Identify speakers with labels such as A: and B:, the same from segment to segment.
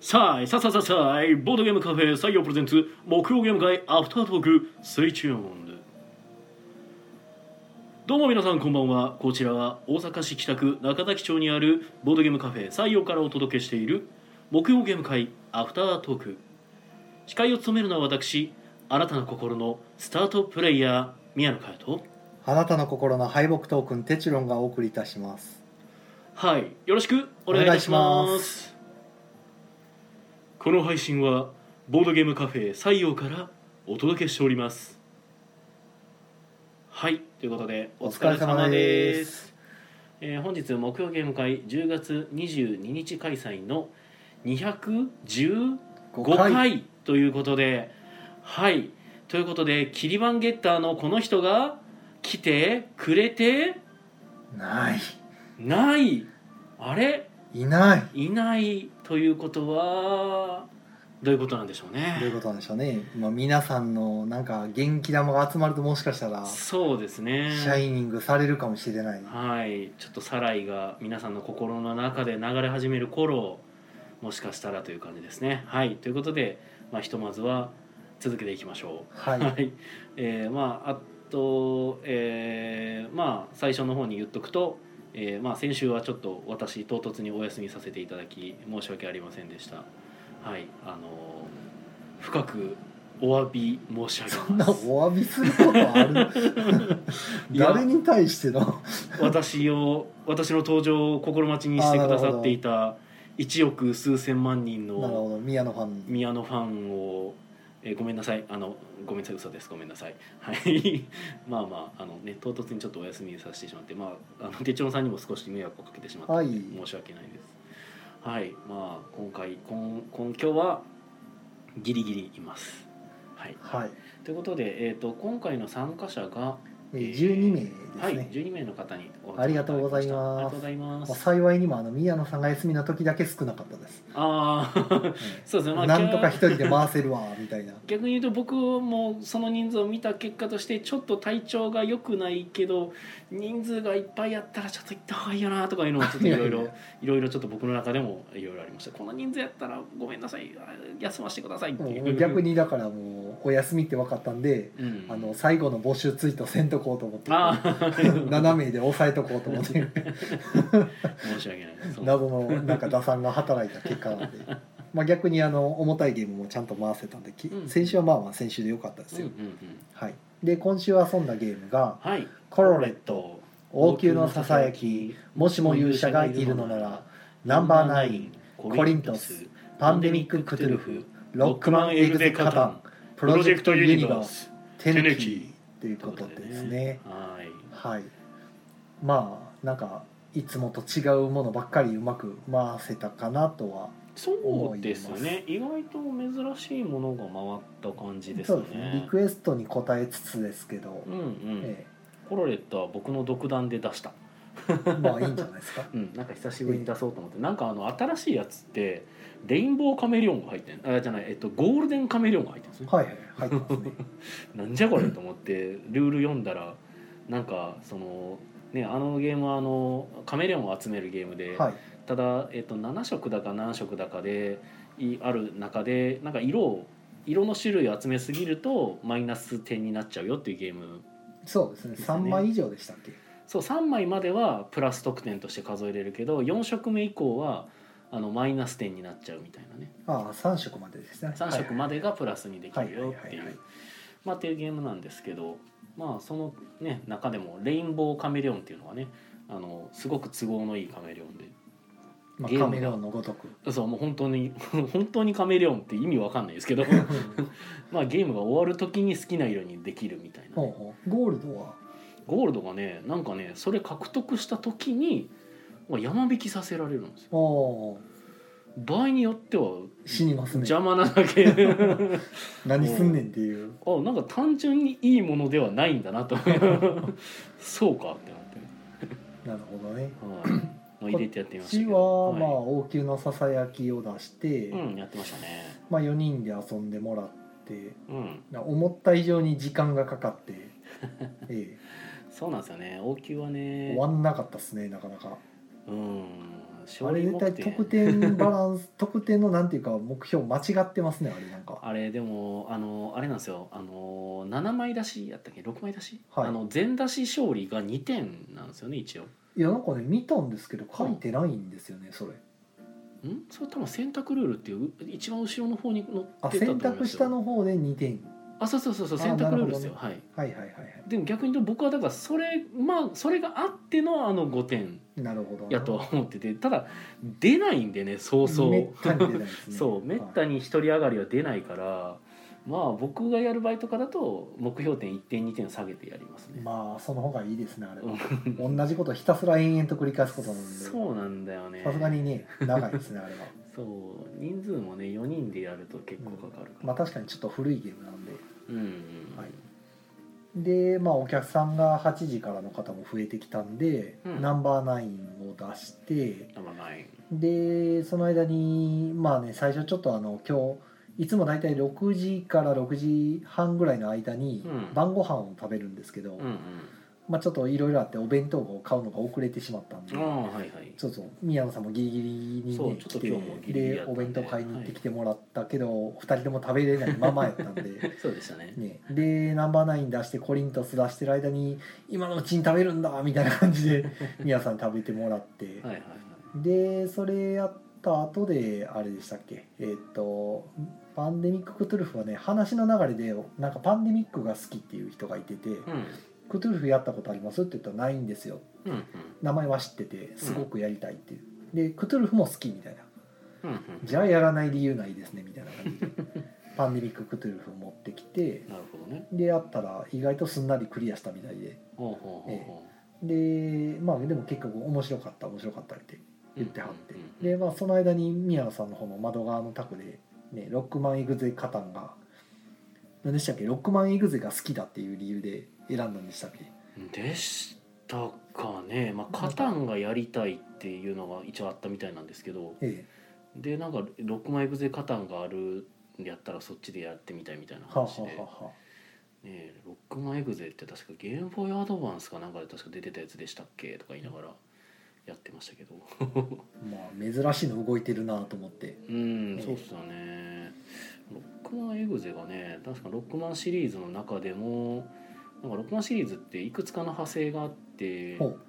A: さあ、さあさあさあさあ、ボードゲームカフェ採用プレゼンツ、木曜ゲーム会アフタートーク、水中音。どうも皆さんこんばんは。こちらは大阪市北区中崎町にあるボードゲームカフェ採用からお届けしている木曜ゲーム会アフタートーク。司会を務めるのは私、新たな心のスタートプレイヤー、宮野佳代と。
B: あなたの心の敗北トークンテチロンがお送りいたします
A: はい、よろしくお願いいたします。この配信はボードゲームカフェ採用からお届けしております。はい、ということでお疲れ様です。えー本日木曜ゲーム会10月22日開催の215
B: 5回
A: 回ということで、はい、ということでキリバンゲッターのこの人が来てくれて
B: ない
A: ない。あれ
B: いない
A: いないということはどういうことなんでしょうね
B: どういうことなんでしょうね、まあ、皆さんのなんか元気玉が集まるともしかしたらシ
A: そうですね
B: ャイニングされるかもしれない
A: はいちょっとサライが皆さんの心の中で流れ始める頃もしかしたらという感じですねはいということで、まあ、ひとまずは続けていきましょ
B: は
A: うはいいえーまああとえーまあ最初の方に言っとくとえーまあ、先週はちょっと私唐突にお休みさせていただき申し訳ありませんでしたはいあのー深くお詫び申し上げます
B: そんなお詫びすることある
A: いや
B: 誰に対しての
A: 私を私の登場を心待ちにしてくださっていた1億数千万人
B: なる
A: の
B: ほど宮野ファン
A: 宮野ファンを、えーごめんなさいあのごめんなさい嘘ですごめんなさいはい まあまああのね唐突にちょっとお休みさせてしまってまああの手帳さんにも少し迷惑をかけてしまったので、
B: はい
A: 申し訳ないですはいまあ今回今今今日はギリギリいますはい
B: はい
A: ということで、えー、と今回の参加者が
B: えー12名ですね、
A: はい、12名の方にお集まりいただきました
B: ありがとうございます
A: ありがとうございま
B: まあ、
A: す。
B: 幸いにもあの宮野さんが休みの時だけ少なかったです、
A: ああ、 そうですね。まあ、
B: なんとか一
A: 逆
B: 人で回せるわみたいな
A: 逆に言うと僕もその人数を見た結果としてちょっと体調が良くないけど人数がいっぱいやったらちょっと行った方がいいよなとかいうのをちょっといろいろいろいろちょっと僕の中でもいろいろありましたこの人数やったらごめんなさいあ休ませてくださいってい
B: もう
A: う
B: 逆、にだからもうお休みって分かったんで、
A: うん、
B: あの最後の募集ツイートせんとこうと思って
A: あー
B: 7名で抑えとこうと思って
A: 申し訳ないそう
B: 謎のなんか打算が働いた結果なんで。まあ逆にあの重たいゲームもちゃんと回せたんで、き
A: うん
B: 先週はまあまあ先週で良かったです
A: うんう
B: よ、
A: んうん
B: はい、で今週遊んだゲームが
A: はい
B: 「コロレット王宮のささやき
A: き
B: もしも勇者がいるのならナンバーナインコリントスパンデミック・クトゥルフ」「ロックマン・エグゼ・カタン」「プロジェクト・ユニバース」「テネキー」ということですね。
A: はい
B: はい、まあなんかいつもと違うものばっかりうまく回せたかなとは
A: そうですね意外と珍しいものが回った感じです
B: そう
A: ね
B: ですねリクエストに応えつつですけど
A: う、んうん、
B: え
A: コロレットは僕の独断で出した
B: えまあいいんじゃないです か
A: うんなんか久しぶりに出そうと思ってなんかあの新しいやつってレインボーカメレオンが入ってんあじゃないえっとゴールデンカメレオンが入ってるんですね
B: はいはい入ってますね
A: なんじゃこれと思ってルール読んだらなんかそのねあのゲームはあのカメレオンを集めるゲームで、
B: はい
A: ただ、えっと、7色だか何色だかでいある中でなんか色を色の種類を集めすぎるとマイナス点になっちゃうよっていうゲーム
B: そうですね
A: ですね
B: 3枚以上でしたっけ
A: そう3枚まではプラス得点として数えれるけど4色目以降はあのマイナス点になっちゃうみたいなね
B: ああ3色までですね
A: 3色
B: はい
A: までがプラスにできるよってい
B: はいはいはいはいう
A: まあっていうゲームなんですけどまあそのね中でもレインボーカメレオンっていうのはねあのすごく都合のいいカメレオンで
B: ま
A: ゲームが
B: あ、カメレオンのごと く
A: そうもう本当に 本当にカメレオンって意味わかんないですけどまあゲームが終わる時に好きな色にできるみたいな
B: ほう
A: ね、
B: ほうゴールドは
A: ゴールドがねなんかねそれ獲得した時に、まあ、山引きさせられるんですよ
B: おー
A: 場合によっては
B: 死にますね
A: 邪魔なだ け
B: 何すんねんっていう
A: あなんか単純にいいものではないんだなと そうかってなって、
B: なるほどね
A: はいまあ、入れてやってみ
B: う
A: ました
B: ち
A: け
B: は
A: ど
B: まあ
A: は
B: 王宮のささやきを出して、
A: い、うんやってましたね
B: まあ、4人で遊んでもらって
A: うん
B: 思った以上に時間がかかって、 ええ
A: そうなんですよね王宮はね
B: 終わんなかったっすねなかなか
A: うん
B: あれ絶対得点バランス 得点のなんていうか目標間違ってますねあれなんか
A: あれでもあのあれなんですよあの7枚出しやったっけ6枚出し、
B: はい
A: あの全出し勝利が2点なんですよね一応
B: いやなんかね見たんですけど書いてないんですよねそれ
A: んそれ多分選択ルールっていう一番後ろの方に載
B: あ
A: ってたと
B: 選
A: 思いま
B: 択
A: す
B: 下
A: よ
B: の方で2点
A: あそうそうそうそう
B: あ
A: 選択ルールですよ、
B: な
A: はい
B: はいはいはいはい
A: でも逆に言うと僕はだからそれまあそれがあってのあの5点
B: なるほどな
A: やとは思っててただ出ないんでねそうそう
B: めったに出ないです ね
A: そうめったに一人上がりは出ないから、まあ僕がやる場合とかだと目標点1点2点下げてやりますね、
B: まあその方がいいですねあれは
A: うん
B: 同じことひたすら延々と繰り返すことなんでさ
A: そうなんだよね
B: すがにね長いですねあれ は
A: そう人数もね4人でやると結構かかるから、
B: まあ確かにちょっと古いゲームなんで
A: うんうん
B: はいでまあお客さんが8時からの方も増えてきたんで、
A: うん
B: ナンバーナインを出して
A: 生ない
B: でその間にまあね最初ちょっとあの今日いつも大体6時から6時半ぐらいの間に
A: うん
B: 晩ご飯を食べるんですけど、
A: うんうん
B: まあ、ちょっといろいろあってお弁当を買うのが遅れてしまったんで
A: ああはいはい
B: そうそう宮野さんもギリギリに
A: そ
B: ね
A: うち
B: 来
A: ょっと
B: て
A: 今日もギリギリや
B: で
A: ったん
B: お
A: で
B: 弁当買いに行ってきてもらったけど、二人とも食べれないままやった んで
A: そうでしたね
B: ねでナンバーナイン出してコリントス出してる間に今のうちに食べるんだみたいな感じ で宮野さんに食べてもらって、
A: はいはいはい
B: でそれやった後であれでしたっけえーっとパンデミック・クトゥルフはね話の流れでなんかパンデミックが好きっていう人がいてて
A: う
B: 「クトゥルフやったことあります?」って言ったら「ないんですよ」
A: んうん
B: 名前は知っててすごくやりたいっていう、でクトゥルフも好きみたいな
A: うんうん
B: じゃあやらない理由ないですねみたいな感じで パンデミッククトゥルフを持ってきて
A: なるほどね
B: でやったら意外とすんなりクリアしたみたいで
A: ほうほうほうほ
B: でまあでも結構面白かった面白かったって
A: う
B: 言ってはって、
A: うんうんうん
B: でまあその間に宮野さんの方の窓側の卓で、ね、ロックマンエグゼカタンが何でしたっけロックマンエグゼが好きだっていう理由で選んだんでしたっけ
A: でしたかね、まあ、カタンがやりたいっていうのが一応あったみたいなんですけど
B: ええ
A: でなんか6枚グゼカタンがあるんやったらそっちでやってみたいみたいな
B: はあ、は
A: 話で、
B: あはあはあ
A: ねえ、ロックマンエグゼって確かゲームボーイアドバンスかなんかで確か出てたやつでしたっけとか言いながらやってましたけど
B: まあ珍しいの動いてるなと思って
A: うんそうっすよねロックマンエグゼがね確かロックマンシリーズの中でもなんかロックマンシリーズっていくつかの派生があって
B: ほう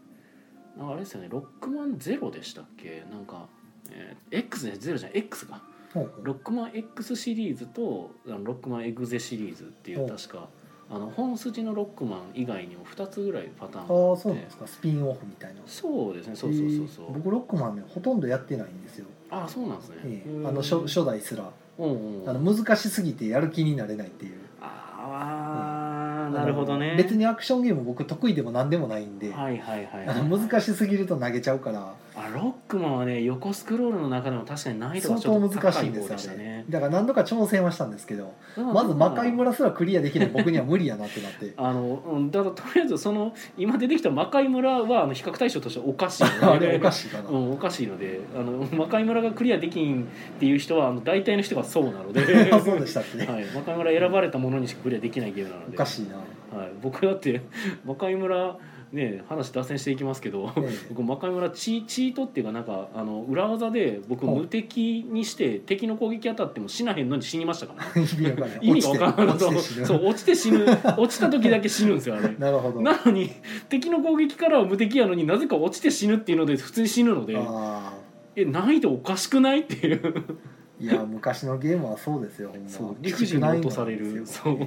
A: なんかあれですよねロックマンゼロでしたっけなんか、えー X ねゼロじゃない X か
B: ほうほう
A: ロックマン X シリーズとあのロックマンエグゼシリーズっていう
B: お
A: 確かあの本筋のロックマン以外にも2つぐらいパターン
B: あ
A: が
B: あそうなん
A: って
B: ですかスピンオフみたいな
A: そうですねそうそうそうそ
B: えー
A: う
B: 僕ロックマンねほとんどやってないんですよ、
A: ああそうなんですね、
B: ええ
A: うん
B: あの初初代すら
A: うんうん
B: あの難しすぎてやる気になれないっていう
A: あ
B: あ
A: あ
B: の
A: なるほどね
B: 別にアクションゲーム僕得意でも何でもないんで、
A: はいはいはい、
B: あの難しすぎると投げちゃうから
A: あロックマンはね横スクロールの中でも確かに難易度が
B: 相
A: ちょ
B: 当
A: っと高
B: 難
A: い
B: し
A: 方
B: いんです
A: で
B: よ
A: した
B: ね
A: ね
B: だから何度か挑戦はしたんですけどまず魔界村すらクリアできない僕には無理やなってなって
A: あのうん、だからとりあえずその今出てきた魔界村はあの比較対象としておかしい
B: あれおか
A: しい
B: しいかな、
A: うん、おかしいのであの魔界村がクリアできんっていう人はあの大体の人がそうなので
B: あ そうでしたっけ、
A: はい、魔界村選ばれたものにしかクリアできないゲームなの
B: お
A: で
B: かしいな、
A: はい、僕だって 魔界村ね話脱線していきますけど
B: ええ
A: 僕魔界村チーチートっていうかなんかあの裏技で僕
B: ほう
A: 無敵にして敵の攻撃当たっても死なへんのに死にましたからね
B: 意味わかんない
A: 意味が分からん
B: 落ち
A: と
B: て落ちて死ぬ
A: そう落ちて死ぬ落ちた時だけ死ぬんですよあれ
B: なるほど
A: なのに敵の攻撃からは無敵やのになぜか落ちて死ぬっていうので普通に死ぬので
B: あ
A: え難易度おかしくないっていう
B: ーいや昔のゲームはそうですよほん ま
A: そう理不尽に落とされるそう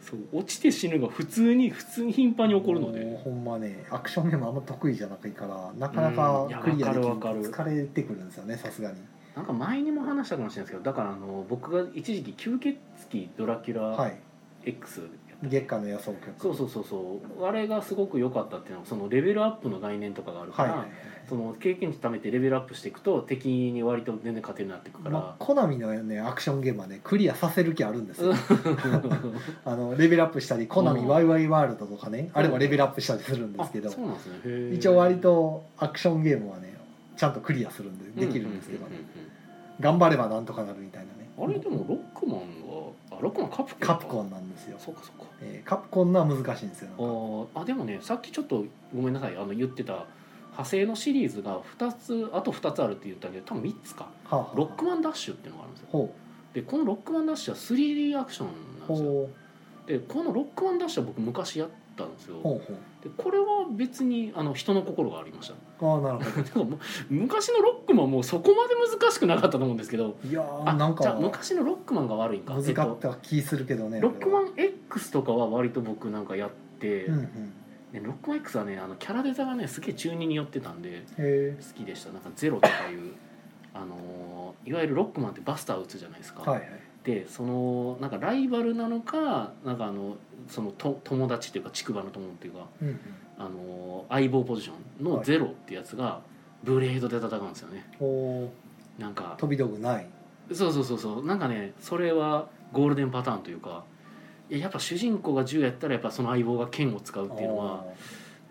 A: そう落ちて死ぬが普通に普通に頻繁に起こるの
B: もう
A: で
B: ほんまねアクションゲームあんま得意じゃないからなかなか
A: うんいや
B: クリアでき
A: わかるわか
B: 疲れてくるんですよねさすがに
A: なんか前にも話したかもしれないですけどだからあの僕が一時期吸血鬼ドラキュ
B: は
A: ラ
B: い
A: X やったっけ
B: 月下の夜想曲
A: そうそうそうそうあれがすごく良かったっていうのはそのレベルアップの概念とかがあるか
B: はい
A: ら、
B: はいはい
A: その経験値貯めてレベルアップしていくと敵に割と全然勝てるようになっていくから、
B: まあ、コナミのねアクションゲームはねクリアさせる気あるんですよ、
A: あ
B: あのレベルアップしたりコナミワイワイワールドとかね、あれはレベルアップしたりするんですけど
A: そうなんですねへー
B: 一応割とアクションゲームはねちゃんとクリアするんでできるんですけど、
A: うううん
B: 頑張ればなんとかなるみたいなね
A: うんあれでもロックマンはあロックマンカプコンか
B: カプコンなんですよ、
A: そうかそうか
B: えーカプコンのは難しいんですよなんか
A: あーあでもねさっきちょっとごめんなさいあの言ってた派生のシリーズが2つあと2つあるって言ったけど多分3つか
B: はあはあ
A: ロックマンダッシュっていうのがあるんですよ
B: ほ
A: でこのロックマンダッシュは 3D アクション
B: う
A: なんですよ
B: ほ
A: でこのロックマンダッシュは僕昔やったんですよ
B: うほう
A: でこれは別にあの人の心がありました
B: ほうああなるほ
A: でももう昔のロックマンもそこまで難しくなかったと思うんですけど
B: どい や
A: あ
B: ーなん
A: じゃ
B: か
A: あ昔のロックマンが悪いんか
B: 難
A: え
B: か
A: っ
B: った気するけどね
A: とロックマ
B: ン
A: ン X とかは割と僕なんかやって、
B: うんうん
A: でロックマン X はねあのキャラデザがねすげえ中二に寄ってたんで
B: へ
A: 好きでしたなんかゼロとかいうあのーいわゆるロックマンってバスター打つじゃないです
B: え
A: か、
B: はいはい
A: でそのなんかライバルなのかなんかあのそのと友達っていうか竹馬の友っていうか
B: うんうん
A: あの相棒ポジションのゼロってやつがブレードで戦うんですよね
B: ほ
A: なんか
B: う飛び道具ない
A: そうそうそうそうなんかねそれはゴールデンパターンというかいややっぱ主人公が銃やったらやっぱその相棒が剣を使うっていうのは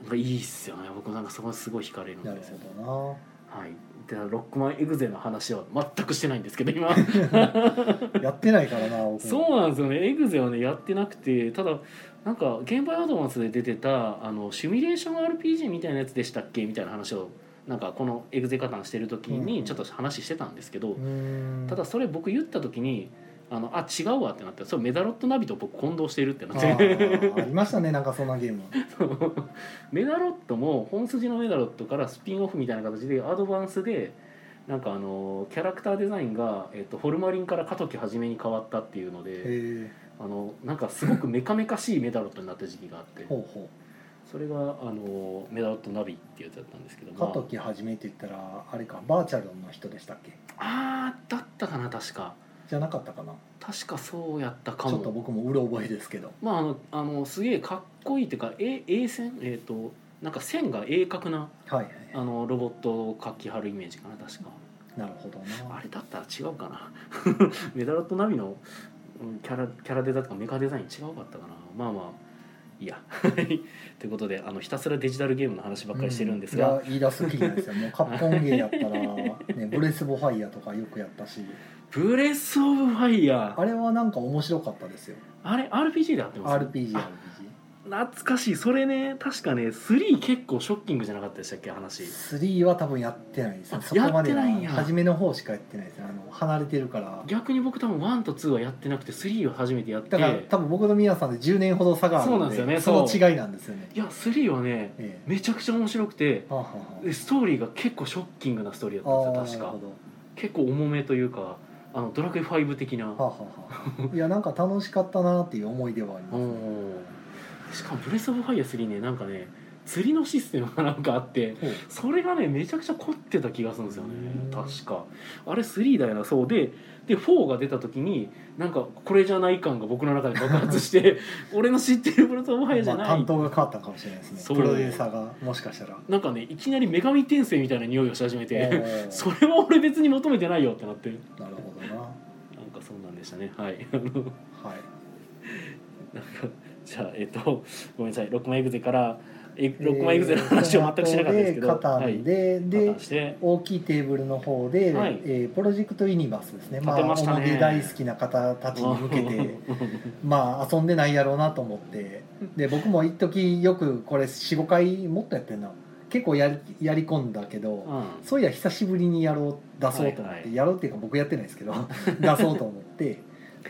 A: なんかいいっすよね僕なんかそこにすごい惹かれるん
B: あーなる
A: ですよ、
B: ほ
A: はい、でロックマンエグゼの話は全くしてないんですけど 今
B: どなやってないからな僕
A: そうなんですよねエグゼはねやってなくてただなんか「ゲームバイアドバンス」で出てたあのシミュレーション RPG みたいなやつでしたっけみたいな話をなんかこのエグゼ加担してる時
B: うんう
A: に
B: ん
A: ちょっと話してたんですけど、
B: うーん
A: ただそれ僕言った時に「あのあ違うわ」ってなってそれメダロットナビと僕混同してるってな
B: あ
A: って
B: ーありましたねなんかそんなゲーム
A: メダロットも本筋のメダロットからスピンオフみたいな形でアドバンスでなんかあのキャラクターデザインが、えっと、ホルマリンからカトキはじめに変わったっていうので。
B: へ
A: あのなんかすごくメカメカしいメダロットになった時期があって
B: えほうほ
A: それがあのメダロットナビっていうやつだったんですけど
B: う
A: も、
B: 加藤はじめって言ったらあれかバーチャルの人でしたっけ
A: ああだったかな確か
B: じゃなかったかな
A: 確かそうやったか
B: ちょっと
A: も
B: 僕もうろ覚えですけど
A: まああのあのすげえかっこいいっていうかえ A 線えっ、となんか線が鋭角な
B: はいはい
A: あのロボットを描きはるイメージかな確か
B: なるほど
A: あ
B: な
A: れだったら違うかな メダロットナビのうんキャラキャラデザとかメカデザイン違うかったかなまあまあいいや ということであのひたすらデジタルゲームの話ばっかりしてるんですが、
B: うんいや言い出す気ないですよもうカッコンゲーやったら、ね、ブレス・ボファイアとかよくやったし
A: ブレス・オブ・ファイヤー
B: あれはなんか面白かったですよ
A: あれ RPG で合ってます
B: RPG
A: あ懐かしいそれね確かね3結構ショッキングじゃなかったでしたっけ話
B: RPG3 は多分やってないです
A: あ
B: ねそこまでは
A: やってないんや
B: 初めの方しかやってないですねあの離れてるから
A: 逆に僕多分1と2はやってなくて3を初めてやって
B: だから
A: い
B: 多分僕の皆さんで10年ほど差がある
A: そうなんですよね
B: そ
A: そう
B: の違いなんですよね
A: や3はね
B: ええ
A: めちゃくちゃ面白くて
B: はあは
A: でストーリーが結構ショッキングなストーリー
B: あはあ
A: だったん
B: あ
A: で
B: ー
A: すよ
B: なるほ
A: 確か
B: ど
A: 結構重めというかあのドラクエ5的な
B: はあはあはあいやなんか楽しかったなっていう思い出はあります、ね、
A: おーしかもブレス・オブ・ファイヤー3ねなんかね釣りのシステムがなんかあって
B: ほう
A: それがねめちゃくちゃ凝ってた気がするんですよね
B: うん
A: 確かあれ3だよなそうでで4が出た時になんかこれじゃない感が僕の中で爆発して 俺の知ってるブレス・オブ・ファイアじゃ
B: ま
A: な
B: あ
A: い、
B: 担当が変わったかもしれないです
A: そ
B: ね
A: う
B: プロデューサーがもしかしたら
A: なんかねいきなり女神転生みたいな匂いをし始めて
B: おー
A: それは俺別に求めてないよってなってなん
B: なるほどな
A: かそうなんでしたねはいあの
B: はい
A: なんかじゃあえっと ごめんなさい6枚いくぜからえ6枚いくぜの話を全くしなかったですけど、
B: えーその後で
A: はい、
B: でで
A: 加担して
B: 大きいテーブルの方で、
A: はい
B: えープロジェクトユニバースですね
A: 立てま
B: あ
A: したね
B: おもげ大好きな方たちに向けて まあ遊んでないやろうなと思ってで僕も一時よくこれ45回もっとやってんな結構やりやり込んだけど
A: うん
B: そういや久しぶりにやろう出そうと思って、
A: はいはい
B: やろうっていうか僕やってないですけど 出そうと 思って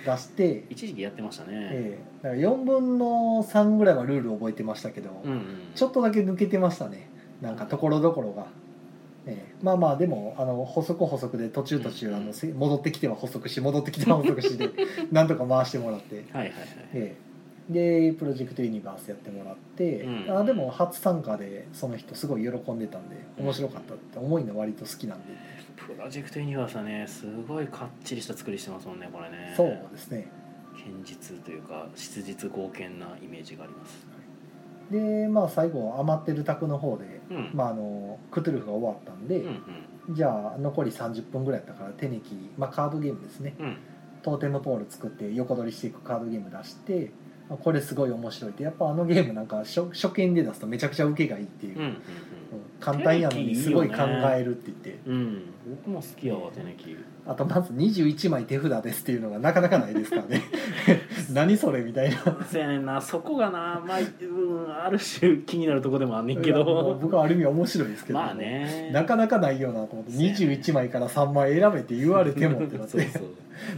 B: 出して、
A: 一時期やってましたね、
B: えーだから4分の3ぐらいはルール覚えてましたけど、
A: うんうん、
B: ちょっとだけ抜けてましたねなんかところどころが、ええまあまあでもあの補足補足で途中途中、
A: うん
B: あのせ戻ってきては補足し戻ってきては補足 しでなんとか回してもらって、
A: はいはいはい、
B: ええでプロジェクトユニバースやってもらって、
A: うん
B: あでも初参加でその人すごい喜んでたんで
A: うん
B: 面白かったって思いの割と好きなんで、
A: プロジェクトユニバースはねすごいかっちりした作りしてますもんねこれね
B: そうですね
A: 堅実というか質実剛健なイメージがあります
B: でまあ最後余ってる卓の方で、
A: うん
B: まあ、あのクトゥルフが終わったんで、
A: うん
B: じゃあ残り30分ぐらいだったから手抜き、まあ、カードゲームですね
A: うんうん
B: トーテムポール作って横取りしていくカードゲーム出してあこれすごい面白いってやっぱあのゲームなんか初初見で出すとめちゃくちゃ受けがいいっていう、
A: うんうんうん
B: うん簡単やのに
A: 手抜きいいよね
B: すごい考えるって言って
A: うん僕も好きやわ手抜き
B: あとまず21枚手札ですっていうのがなかなかないですから ね何それみたいな
A: そうやねんなそこがなまあ、うん、ある種気になるとこでもあんねんけ
B: いやもう
A: ど
B: 僕はある意味面白いですけど
A: まあね
B: なかなかないよなと思って
A: そうやね
B: 21枚から3枚選べって言われてもってなっ
A: そう
B: て
A: そう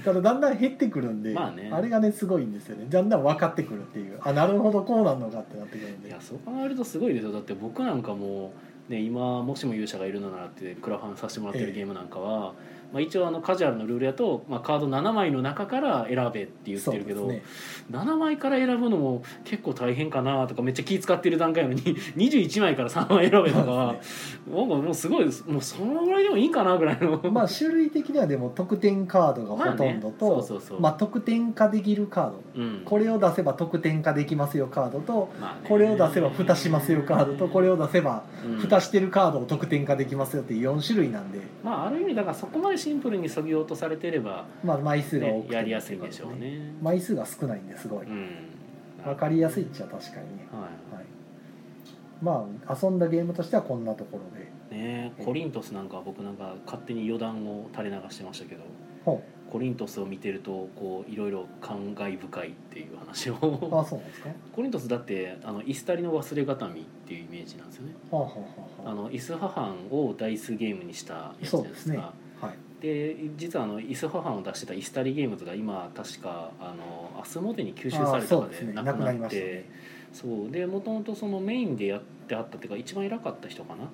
B: ただだんだん減ってくるんで、
A: まあね
B: れがねすごいんですよねだんだん分かってくるっていうあなるほどこうなんのかってなってくるん
A: い
B: で
A: やそう考えるとすごいですよだって僕なんかもう、ね、今もしも勇者がいるのならってクラファンさせてもらって
B: え
A: る
B: え
A: ゲームなんかは、まあ、一応あのカジュアルのルールやと、まあ、カード7枚の中から選べって言ってるけ
B: そ
A: ど、
B: うですね
A: 7枚から選ぶのも結構大変かなとかめっちゃ気使ってる段階なのに 21枚から3枚選べとか、
B: そうですね
A: なんかもうすごいですもうそのぐらいでもいいかなぐらいの。
B: まあ種類的にはでも得点カードがほとんど
A: まあねそう
B: と
A: そうそう
B: まあ得点化できるカード
A: うん
B: これを出せば得点化できますよカードと
A: まあね
B: これを出せば蓋しますよカードとこれを出せば
A: うん
B: 蓋してるカードを得点化できますよっていう4種類なんで、
A: まあ、ある意味だからそこまでシンプルにそぎ落とされてれば、
B: まあ、枚数が多
A: ね
B: く、て
A: やりやすいんでしょうね。
B: 枚数が少ないんですごい
A: うん
B: 分かりやすいっちゃ確かにね、
A: は
B: はい、まあ遊んだゲームとしてはこんなところで
A: いねえ、コリントスなんかは僕なんか勝手に余談を垂れ流してましたけど
B: ほ
A: コリントスを見てるとこういろいろ感慨深いっていう話を
B: うあそうなんですか
A: コリントスだってあのイスタリの忘れ形見っていうイメージなんですよね
B: はあは
A: あ
B: あは
A: のイスハハンをダイスゲームにしたやつじゃないです
B: そうですね
A: か
B: あはい
A: で実はあのイスハハンを出してたイスタリゲームズが今確かあのアスモデに吸収さ
B: あ
A: れた
B: そう
A: の
B: です
A: で
B: ね
A: な
B: な
A: く
B: くな
A: な
B: り
A: っ
B: ました
A: て
B: ね
A: そうでもともとそのメインでやってはったっていうか一番偉かった人かな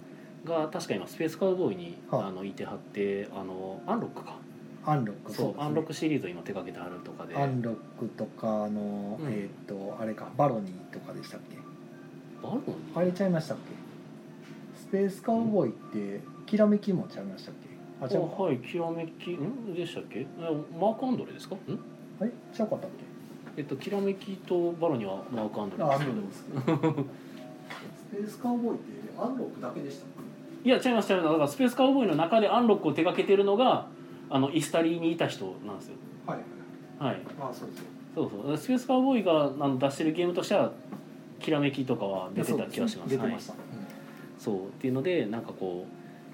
A: が確か今スペースカウボーイに、
B: はい
A: あのいてはってあのアンロックか
B: アンロック
A: そう、
B: ですね
A: アンロックシリーズを今手掛けてはるとかで
B: アンロックとかあの、
A: うん
B: えっ、とあれかバロニーとかでしたっけ
A: バロン
B: あれちゃいましたっけスペースカウボーイってきらめきもちゃいましたっけあちゃう
A: あはいきらめきんでしたっけえマーク・アンドレですかん
B: あれちゃうかったっ
A: えっときらめきとバロにはマーク・アンド
B: け
A: レですけど
B: です スペースカウボーイってアンロックだけでした
A: いや違います違いますだからスペースカウボーイの中でアンロックを手掛けてるのがあのイスタリーにいた人なんですよ
B: はい
A: はい
B: あそうです
A: そうそうスペースカウボーイがあの出してるゲームとしてはきらめきとかは出てた気がします
B: 出て
A: はい
B: ました、
A: そうっていうのでなんかこ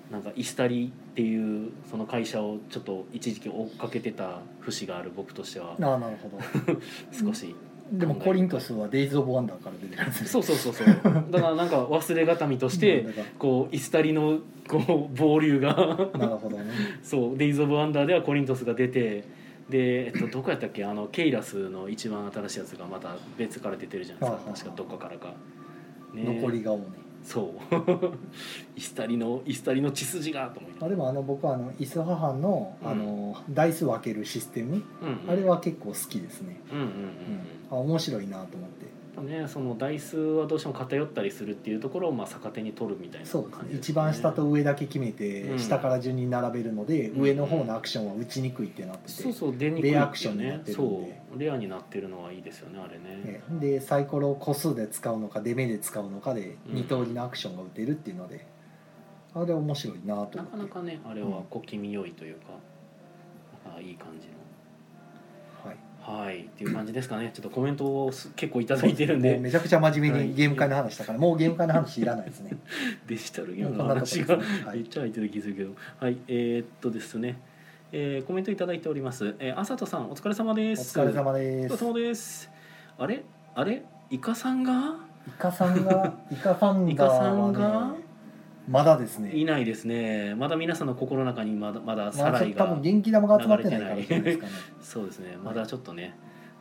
A: うなんかイスタリっていうその会社をちょっと一時期追っかけてた節がある僕としては
B: ああなるほ ど
A: 少し、
B: でもコリントスはデイズ・オブ・ワンダーから出てるんですね
A: そうそうそうそうだからなんか忘れがたみと して
B: なんだか
A: こうイスタリのこう暴流が
B: なるほどね
A: そう「デイズ・オブ・ワンダー」ではコリントスが出てで、えっと、どこやったっけあのケイラスの一番新しいやつがまた別から出てるじゃない
B: はあはあ
A: ですか確かどっかからか、ね
B: 残りが多いね
A: そう イスタリのイスタリの血筋がと思いな
B: あ
A: がら
B: でもあの僕はあのイス母のあの、ダイス分けるシステム
A: うんうん
B: あれは結構好きですね、
A: うんうんうん
B: あ面白いなと思って
A: うんやっぱねその台数はどうしても偏ったりするっていうところをまあ逆手に取るみたいな
B: そう
A: 感
B: で
A: じで
B: す
A: す
B: ね
A: ね
B: 一番下と上だけ決めて、
A: うん
B: 下から順に並べるので、
A: うん
B: 上の方のアクションは打ちにくいってなってて
A: そうそう出にくいっていうね
B: レアアクションになってるんで
A: そうレアになってるのはいいですよねあれね
B: ねでサイコロを個数で使うのか出目で使うのかで
A: うん
B: 2通りのアクションが打てるっていうので、あれ面白いなと
A: な
B: 思っ
A: か
B: て
A: なかねあれ
B: う
A: は
B: ん
A: 小気味良いというか、あいい感じの
B: はい、
A: はいっていう感じですかねちょっとコメントをす結構いただいてるん
B: もう
A: で
B: めちゃくちゃ真面目
A: は
B: に
A: い
B: ゲーム会の話したから、もうゲーム会の話いらないです ね
A: デジタルゲー
B: こ
A: ム
B: ん
A: の
B: なとこ
A: 話
B: です
A: が
B: ね、は
A: めっ
B: い、
A: ちゃ相手で気づくけどはいえーっとですね、えーコメントいただいております、えー、あさとさんお疲れ様
B: お
A: です
B: 疲れ様
A: お
B: で
A: 疲れ
B: す
A: 様ですあれあれイカさんが
B: イカさんがイカさん
A: イ
B: が
A: カ
B: は
A: さん
B: ね
A: が
B: まだです
A: い
B: ね
A: ないですねまだ皆さんの心の中にまだまだ
B: ま
A: サ
B: あ
A: ラ
B: ちょっ
A: イ
B: と多
A: が
B: 分元気玉が集まってないからじゃないですかね
A: そうですねまだちょっとね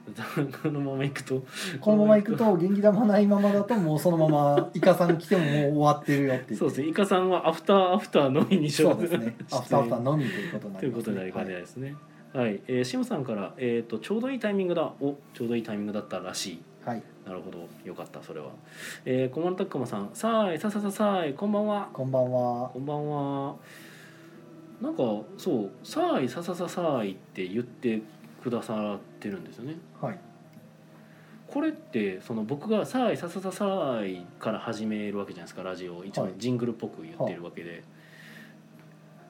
A: このままいくと
B: このまま行くと元気玉ないままだともうそのままイカさん来てももう終わってるよって言って
A: そうですねイカさんはアフターアフターのみに所
B: そ
A: 属
B: うですね
A: して
B: アフターアフターのみということにな
A: と
B: り
A: いう
B: ま
A: こ
B: す
A: とにな
B: ね
A: るか
B: は
A: じ
B: い
A: ですね。はい、えー、シムさんから、えっ、と、ちょうどいいタイミングだ、お、ちょうどいいタイミングだったらしい。
B: はい
A: なるほど、よかった、それは。えー、コマンタックマさん、さあい、さあさあさあさあい、こんばんは。
B: こんばんは
A: こんばんは。なんか、そう、さあい、さあさあさあさあいって言ってくださってるんですよね。
B: はい
A: これって、その僕がさあい、さあさあさあさあいから始めるわけじゃないですか、ラジオを、一応
B: はい
A: ジングルっぽく言ってるわけで。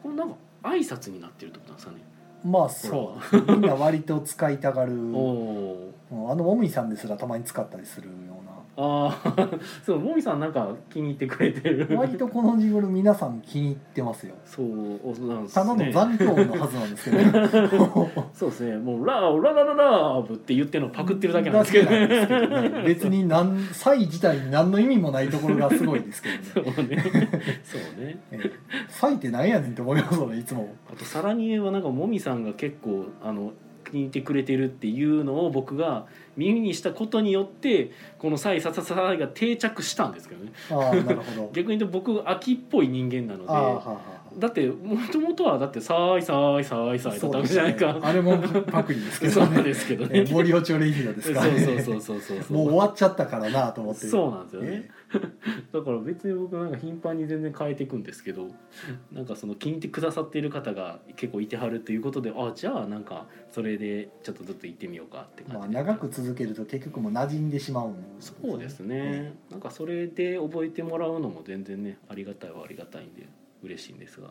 A: これ、なんか、挨拶になってるってことなんですかね。
B: まあそうみんな割と使いたがる
A: おお。
B: うんあのオムイさんですらたまに使ったりするような
A: あああ そうもみさんなんか気に入ってくれてる
B: 割とこのジングル皆さん気に入ってますよ
A: そうおなんです
B: ただの残響のはずなんですけど、ね、
A: そうですねもう「ラーララララーブ」って言ってるの をパクってるだけなんですけど
B: だけなんですけどね 別に何サイ自体に何の意味もないところがすごいですけ
A: そ
B: ど
A: う
B: ね
A: ねそうね
B: ええサイってなんやねんって思いますよねいつも
A: あとさらにはなんかもみさんが結構あの気に入ってくれてるっていうのを僕が耳にしたことによってこの「サイササササイ」が定着したんですけどね
B: ああなるほど
A: 逆に言うと僕秋っぽい人間なので
B: ああはあはあ
A: だってもともとはだって「サイサイサイサイ」だったわけじゃないか
B: そうですねあれもパクリです け
A: そ
B: ど
A: うなん
B: ね
A: ですけど
B: え
A: ね
B: え森尾町レイディオです
A: そう
B: からね
A: そうそうそうそう
B: もう終わっちゃったからなと思って
A: そうなんですよね
B: え
A: だから別に僕なんか頻繁に全然変えていくんですけどなんかその気に入ってくださっている方が結構いてはるということであじゃあなんかそれでちょっとずっと行ってみようかって感じで、
B: まあ、長く続けると結局もう馴染んでしまうんですね
A: そうですね、なんかそれで覚えてもらうのも全然ねありがたいはありがたいんで嬉しいんですが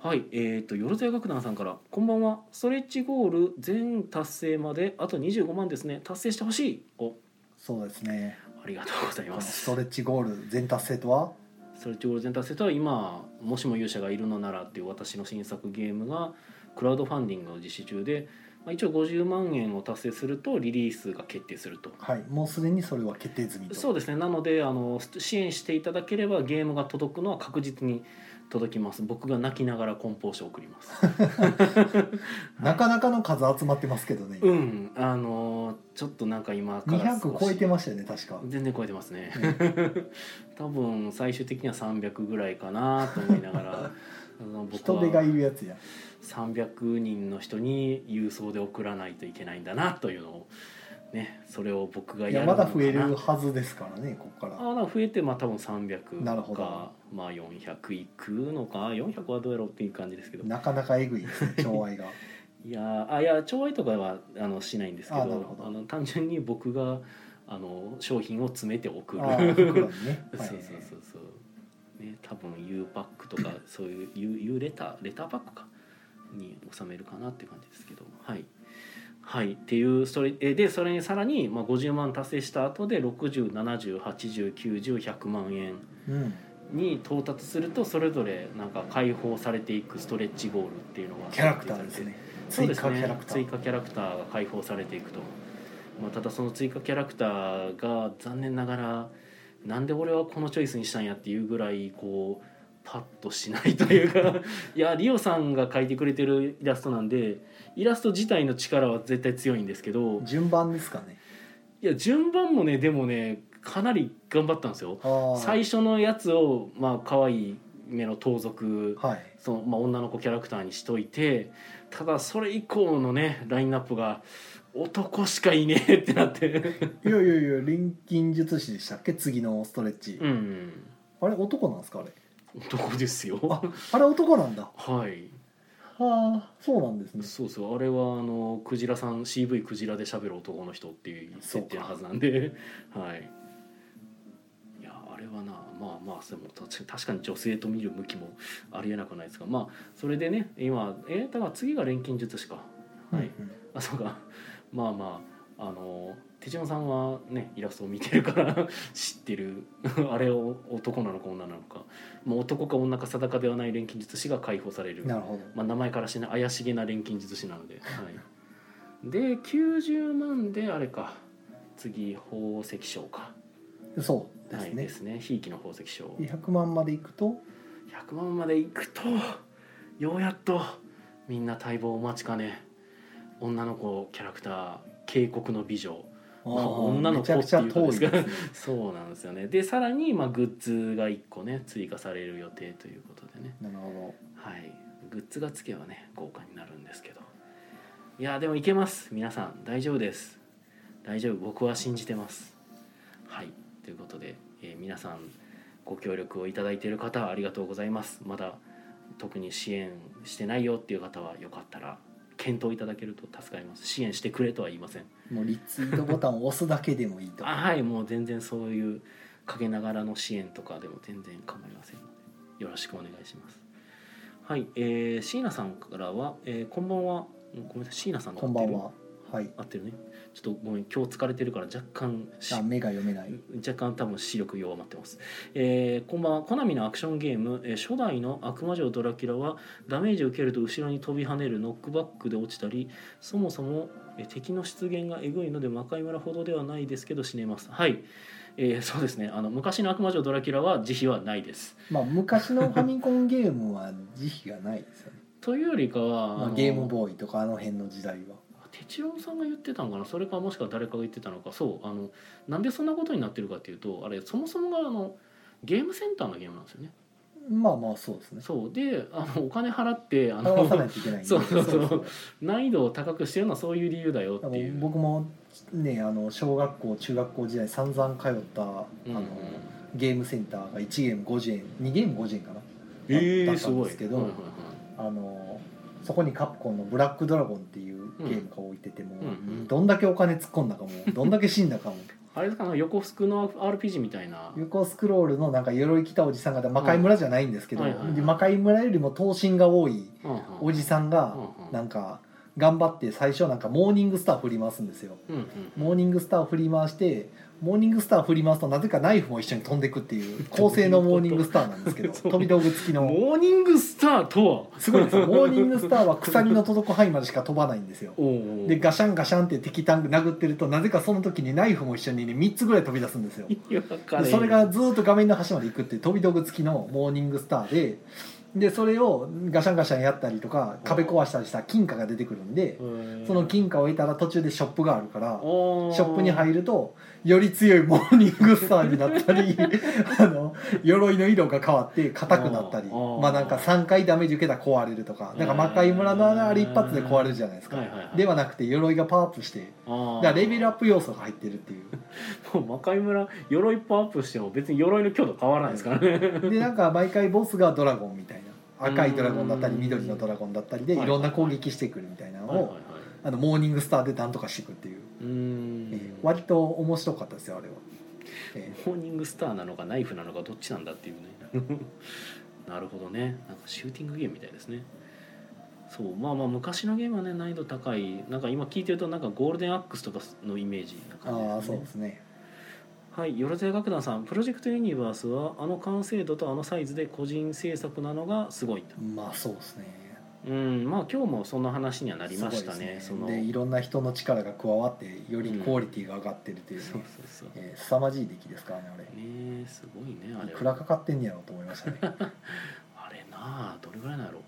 A: はいえー、とよろずや楽団さんから「こんばんはストレッチゴール全達成まであと25万ですね達成してほしい」お
B: そうですね
A: ありがとうござい
B: こ
A: ま
B: の
A: す
B: ストレッチゴール全達成とは
A: ストレッチゴール全達成とは今「もしも勇者がいるのなら」っていう私の新作ゲームがクラウドファンディングを実施中で、まあ、一応50万円を達成するとリリースが決定すると
B: はいもうすでにそれは決定済みと
A: そうですねなのであの支援していただければゲームが届くのは確実に届きます僕が泣きながら梱包書を送ります
B: なかなかの数集まってますけどね、
A: うんあのちょっとなんか今から少し
B: 200超えてましたよね確か、
A: 全然超えてますね
B: ね
A: 多分最終的には300ぐらいかなと思いながらあの僕
B: 人手がい
A: は
B: るやつや
A: 300人の人に郵送で送らないといけないんだなというのをねそれを僕が
B: い
A: や
B: や
A: るの
B: ま
A: か
B: だ
A: な
B: 増えるはずですからねここから
A: あなんか増えてまあ多分300
B: なるほど
A: か、まあ、400いくのか400はどうやろうっていう感じですけど
B: なかなかえぐいです ね調和が
A: いやーあいや懲戒とかはあのしないんですけど
B: あなるほど
A: あの単純に僕があの商品を詰めて送る
B: ああ袋
A: そう
B: にね、はい、
A: そうそうそう、ね、多分 U パックと かそういう U, U レターレターパックかに収めるかなって感じですけどはい。はい、っていうそれえでそれにさらに、まあ、50万達成した後で607080901000万円
B: うん
A: に到達するとそれぞれなんか解放されていくストレッチゴールっていうのが
B: キャラクターですね
A: そう
B: 追
A: で
B: 加
A: す
B: キ
A: ね
B: ャラクター、
A: 追加キャラクターが解放されていくと、まあ、ただその追加キャラクターが残念ながらなんで俺はこのチョイスにしたんやっていうぐらいこうパッとしないというか いやリオさんが描いてくれてるイラストなんでイラスト自体の力は絶対強いんですけど
B: 順番ですかね
A: いや順番もねでもねかなり頑張ったんですよ。
B: ああ
A: 最初のやつをまあ可愛い目の盗賊
B: はい
A: その、まあ、女の子キャラクターにしといてただそれ以降のねラインナップが男しかいねえってなって
B: いやいやいや錬金術師でしたっけ次のストレッチ、
A: うん
B: あれ男なんですかあれ
A: 男ですよ
B: ああれ男なんだ
A: はい
B: はあそうなんですね
A: そうそうあれはあのクジラさん CV クジラで喋る男の人っていう設定のはずなんではいいやあれはなまあまあそれも確か確かに女性と見る向きもありえなくないですがまあそれでね今えだから次が錬金術師かはい、
B: うんうん
A: あそうかまあまああの手島さんはねイラストを見てるから 知ってるあれを男なのか女なのかもう男か女か定かではない錬金術師が解放される
B: なるほど
A: まあ、名前からしてね怪しげな錬金術師なので、はい、で90万であれか次宝石商か
B: そうで
A: は
B: す
A: いで
B: ね、
A: すねひいきの宝石商
B: 200万までいくと
A: 100万まで行くとようやっとみんな待望お待ちかね女の子キャラクター渓谷の美女
B: あ
A: まあ
B: ー
A: 女の子
B: めちゃくちゃ遠い
A: っていうこと
B: で
A: です
B: ね
A: そうなんですよねでさらにまあグッズが1個ね追加される予定ということでね
B: なるほ
A: はいグッズがつけばね豪華になるんですけどいやでもいけます皆さん大丈夫です大丈夫僕は信じてますはいということで、えー皆さんご協力をいただいている方ありがとうございますまだ特に支援してないよっていう方はよかったら検討いただけると助かります支援してくれとは言いません
B: どもうリツイートボタンを押すだけでもいいと
A: あはいもう全然そういう陰ながらの支援とかでも全然構いませんのでよろしくお願いしますはいえー、椎名さんからは、えー「こんばんは」うんごめんなさい椎名さんが
B: こんばんははい
A: 合ってるねちょっとごめん今日疲れてるから若干し
B: あ目が読めない
A: 若干多分視力弱まってます、えーこんばんはコナミのアクションゲーム、えー初代の「悪魔城ドラキュラ」はダメージを受けると後ろに飛び跳ねるノックバックで落ちたりそもそも、えー敵の出現がえぐいので魔界村ほどではないですけど死ねますはい、えーそうですねあの昔の「悪魔城ドラキュラ」は慈悲はないです
B: まあ昔のファミコンゲームは慈悲がないですよね、
A: というよりかは、
B: ま
A: あ
B: あ、
A: の
B: ゲームボーイとかあの辺の時代は
A: 哲郎さんが言ってたのかなそれかもしくは誰かが言ってたのかそうあのなんでそんなことになってるかっていうとあれそもそもがあのゲームセンターのゲームなんですよね。
B: まあまあそうですね
A: そうであのお金払ってあ
B: 表さな
A: の
B: いといけないんで
A: そうそうそう難易度を高くしてるのはそういう理由だよ
B: あ
A: ってい
B: の
A: う。
B: 僕もねあの小学校中学校時代散々通ったあの、
A: うんうん
B: ゲームセンターが1ゲーム50円2ゲーム50円かな
A: え
B: だ
A: ー、
B: った
A: す
B: ん
A: ご
B: で
A: い
B: すけ。ど
A: はいはい
B: あのそこにカプコンの「ブラックドラゴン」っていうゲームが置いてても、
A: うんうん
B: どんだけお金突っ込んだかもどんだけ死んだか も
A: あれですかあの横スクの RPG みたいな。
B: 横スクロールのなんか鎧着たおじさんが魔界村じゃないんですけど、
A: うんはいはいはい
B: で魔界村よりも頭身が多い
A: うんうん
B: おじさんが
A: うんうん
B: なんか頑張って最初なんかモーニングスター振り回すんですよ
A: うんうん
B: モーニングスター振り回してモーニングスター振り回すとなぜかナイフも一緒に飛んでくっ ていう高性能モーニングスターなんですけど
A: そう
B: 飛び道具付きの
A: モーニングスターとは
B: すご いですよモーニングスターは鎖の届く範囲までしか飛ばないんですよ
A: おうおう
B: でガシャンガシャンって敵タンク殴ってるとなぜかその時にナイフも一緒にね3つぐらい飛び出すんですよ
A: 意味わかんな
B: で
A: い
B: それがずーっと画面の端まで行くっていう飛び道具付きのモーニングスターででそれをガシャンガシャンやったりとか壁壊したりしたら金貨が出てくるんでその金貨を得たら途中でショップがあるから
A: ショ
B: ショップに入るとより強いモーニングスターになっ たりあの鎧の色が変わって硬くなったり
A: あー
B: まあなんか3回ダメージ受けたら壊れるとかなんか魔界村のあれ一発で壊れるじゃないですか、
A: はいはいはい
B: ではなくて鎧がパワーアップしてだからレベルアップ要素が入ってるっ ていう
A: プもう魔界村鎧パワーアップしても別に鎧の強度変わらないですからね
B: でなんか毎回ボスがドラゴンみたいな赤いドラゴンだったり緑のドラゴンだったりでい
A: はい
B: ろんな攻撃してくるみたいなの
A: はいはいは
B: を
A: い
B: あのモーニングスターでなんとかしていくっていう、
A: うー
B: え
A: ん
B: ー割と面白かったですよあれは、え
A: モーニングスターなのかナイフなのかどっちなんだっていう ねなるほどねなんかシューティングゲームみたいですねそうまあまあ昔のゲームはね難易度高いなんか今聞いてるとなんかゴールデンアックスとかのイメージな
B: ー
A: 感じ
B: ああ
A: です
B: そう
A: ね
B: ですね
A: はい、よろずや楽団さん、プロジェクトユニバースはあの完成度とあのサイズで個人制作なのがすごいと。
B: まあそうですね
A: うん、まあ今日もそんな話にはな
B: あ
A: りましたね。その
B: でいろんな人の力が加わってよりクオリティが上がってるっていうね、
A: そうそうそう。
B: えー凄まじい出来ですからねあれ
A: ねえ、すごいねあ
B: い
A: れ
B: くら
A: は。
B: かかってんねやろうと思いましたね
A: あれなあ、どれぐらいなんやろ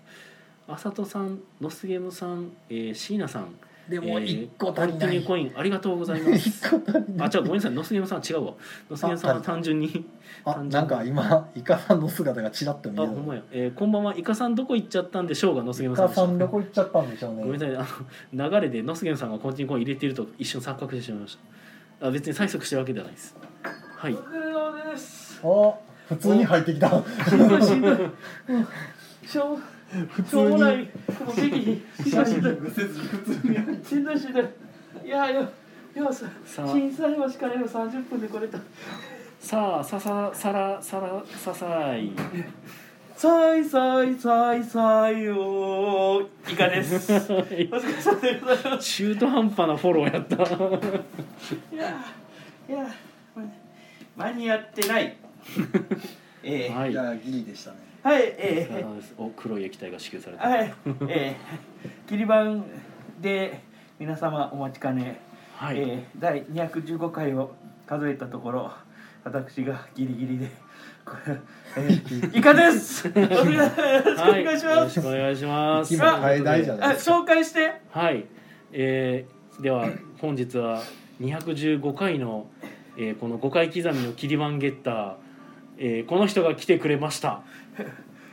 A: う。あさとさん、ノスゲムさん、えー、シーナさん、
B: でも
A: えー
B: 1個
A: コ
B: 足りな
A: ンティ
B: い、
A: ニューコインありがとうございま
B: 1
A: す。
B: 個足りな
A: あ、
B: い
A: 違うごめんなさい、ノスゲムさんは違うわ。ノスゲムさんは単純に。
B: あなんか今イカさんの姿がちらっと見
A: あ、
B: え
A: ほ
B: る
A: んまや。えー、こんばんは、イカさんどこ行っちゃったんでしょうが、ノスゲ
B: イ
A: ムさん
B: カ
A: でした。
B: さんどこ行っちゃったんでしょうね
A: ごめんなさいあの流れでノスゲンさんがコンチンコン入れてると一瞬錯覚してしまいましたあ別に催促してるわけではないですはい
C: です。
B: あ普通に入ってきた
C: しんどいしんどい。しょ
B: 普
C: うし
B: 通
C: ょうもな
B: に
C: い。もう激に。しんどいしんどい。しんどいしんどい。いやよ。よさ
A: さあ
C: 震災橋からよ三十分で来れた。
A: さあさささらさらささい
C: さいさいさいさいよー。いかです。お疲れ様でございます。
A: 中途半端なフォローやった
C: いやいや間に合ってない。えー
A: はい
B: い
A: さ
B: やギリでしたね
C: はいえー。
A: あお黒い液体が支給された
C: はい、えー、切り板で皆様お待ちかね、
A: はい、
C: えー、第215回を数えたところ私がギリギリでこれ、えー、イカですお疲れ
A: はい
C: よろしくお願いします、
A: よろしくお願いします
B: 息も絶えないじゃ
C: あ
B: ないですか
C: 紹介して
A: はい、えーでは本日は215回の、えーこの5回刻みのキリマンゲッター、えーこの人が来てくれました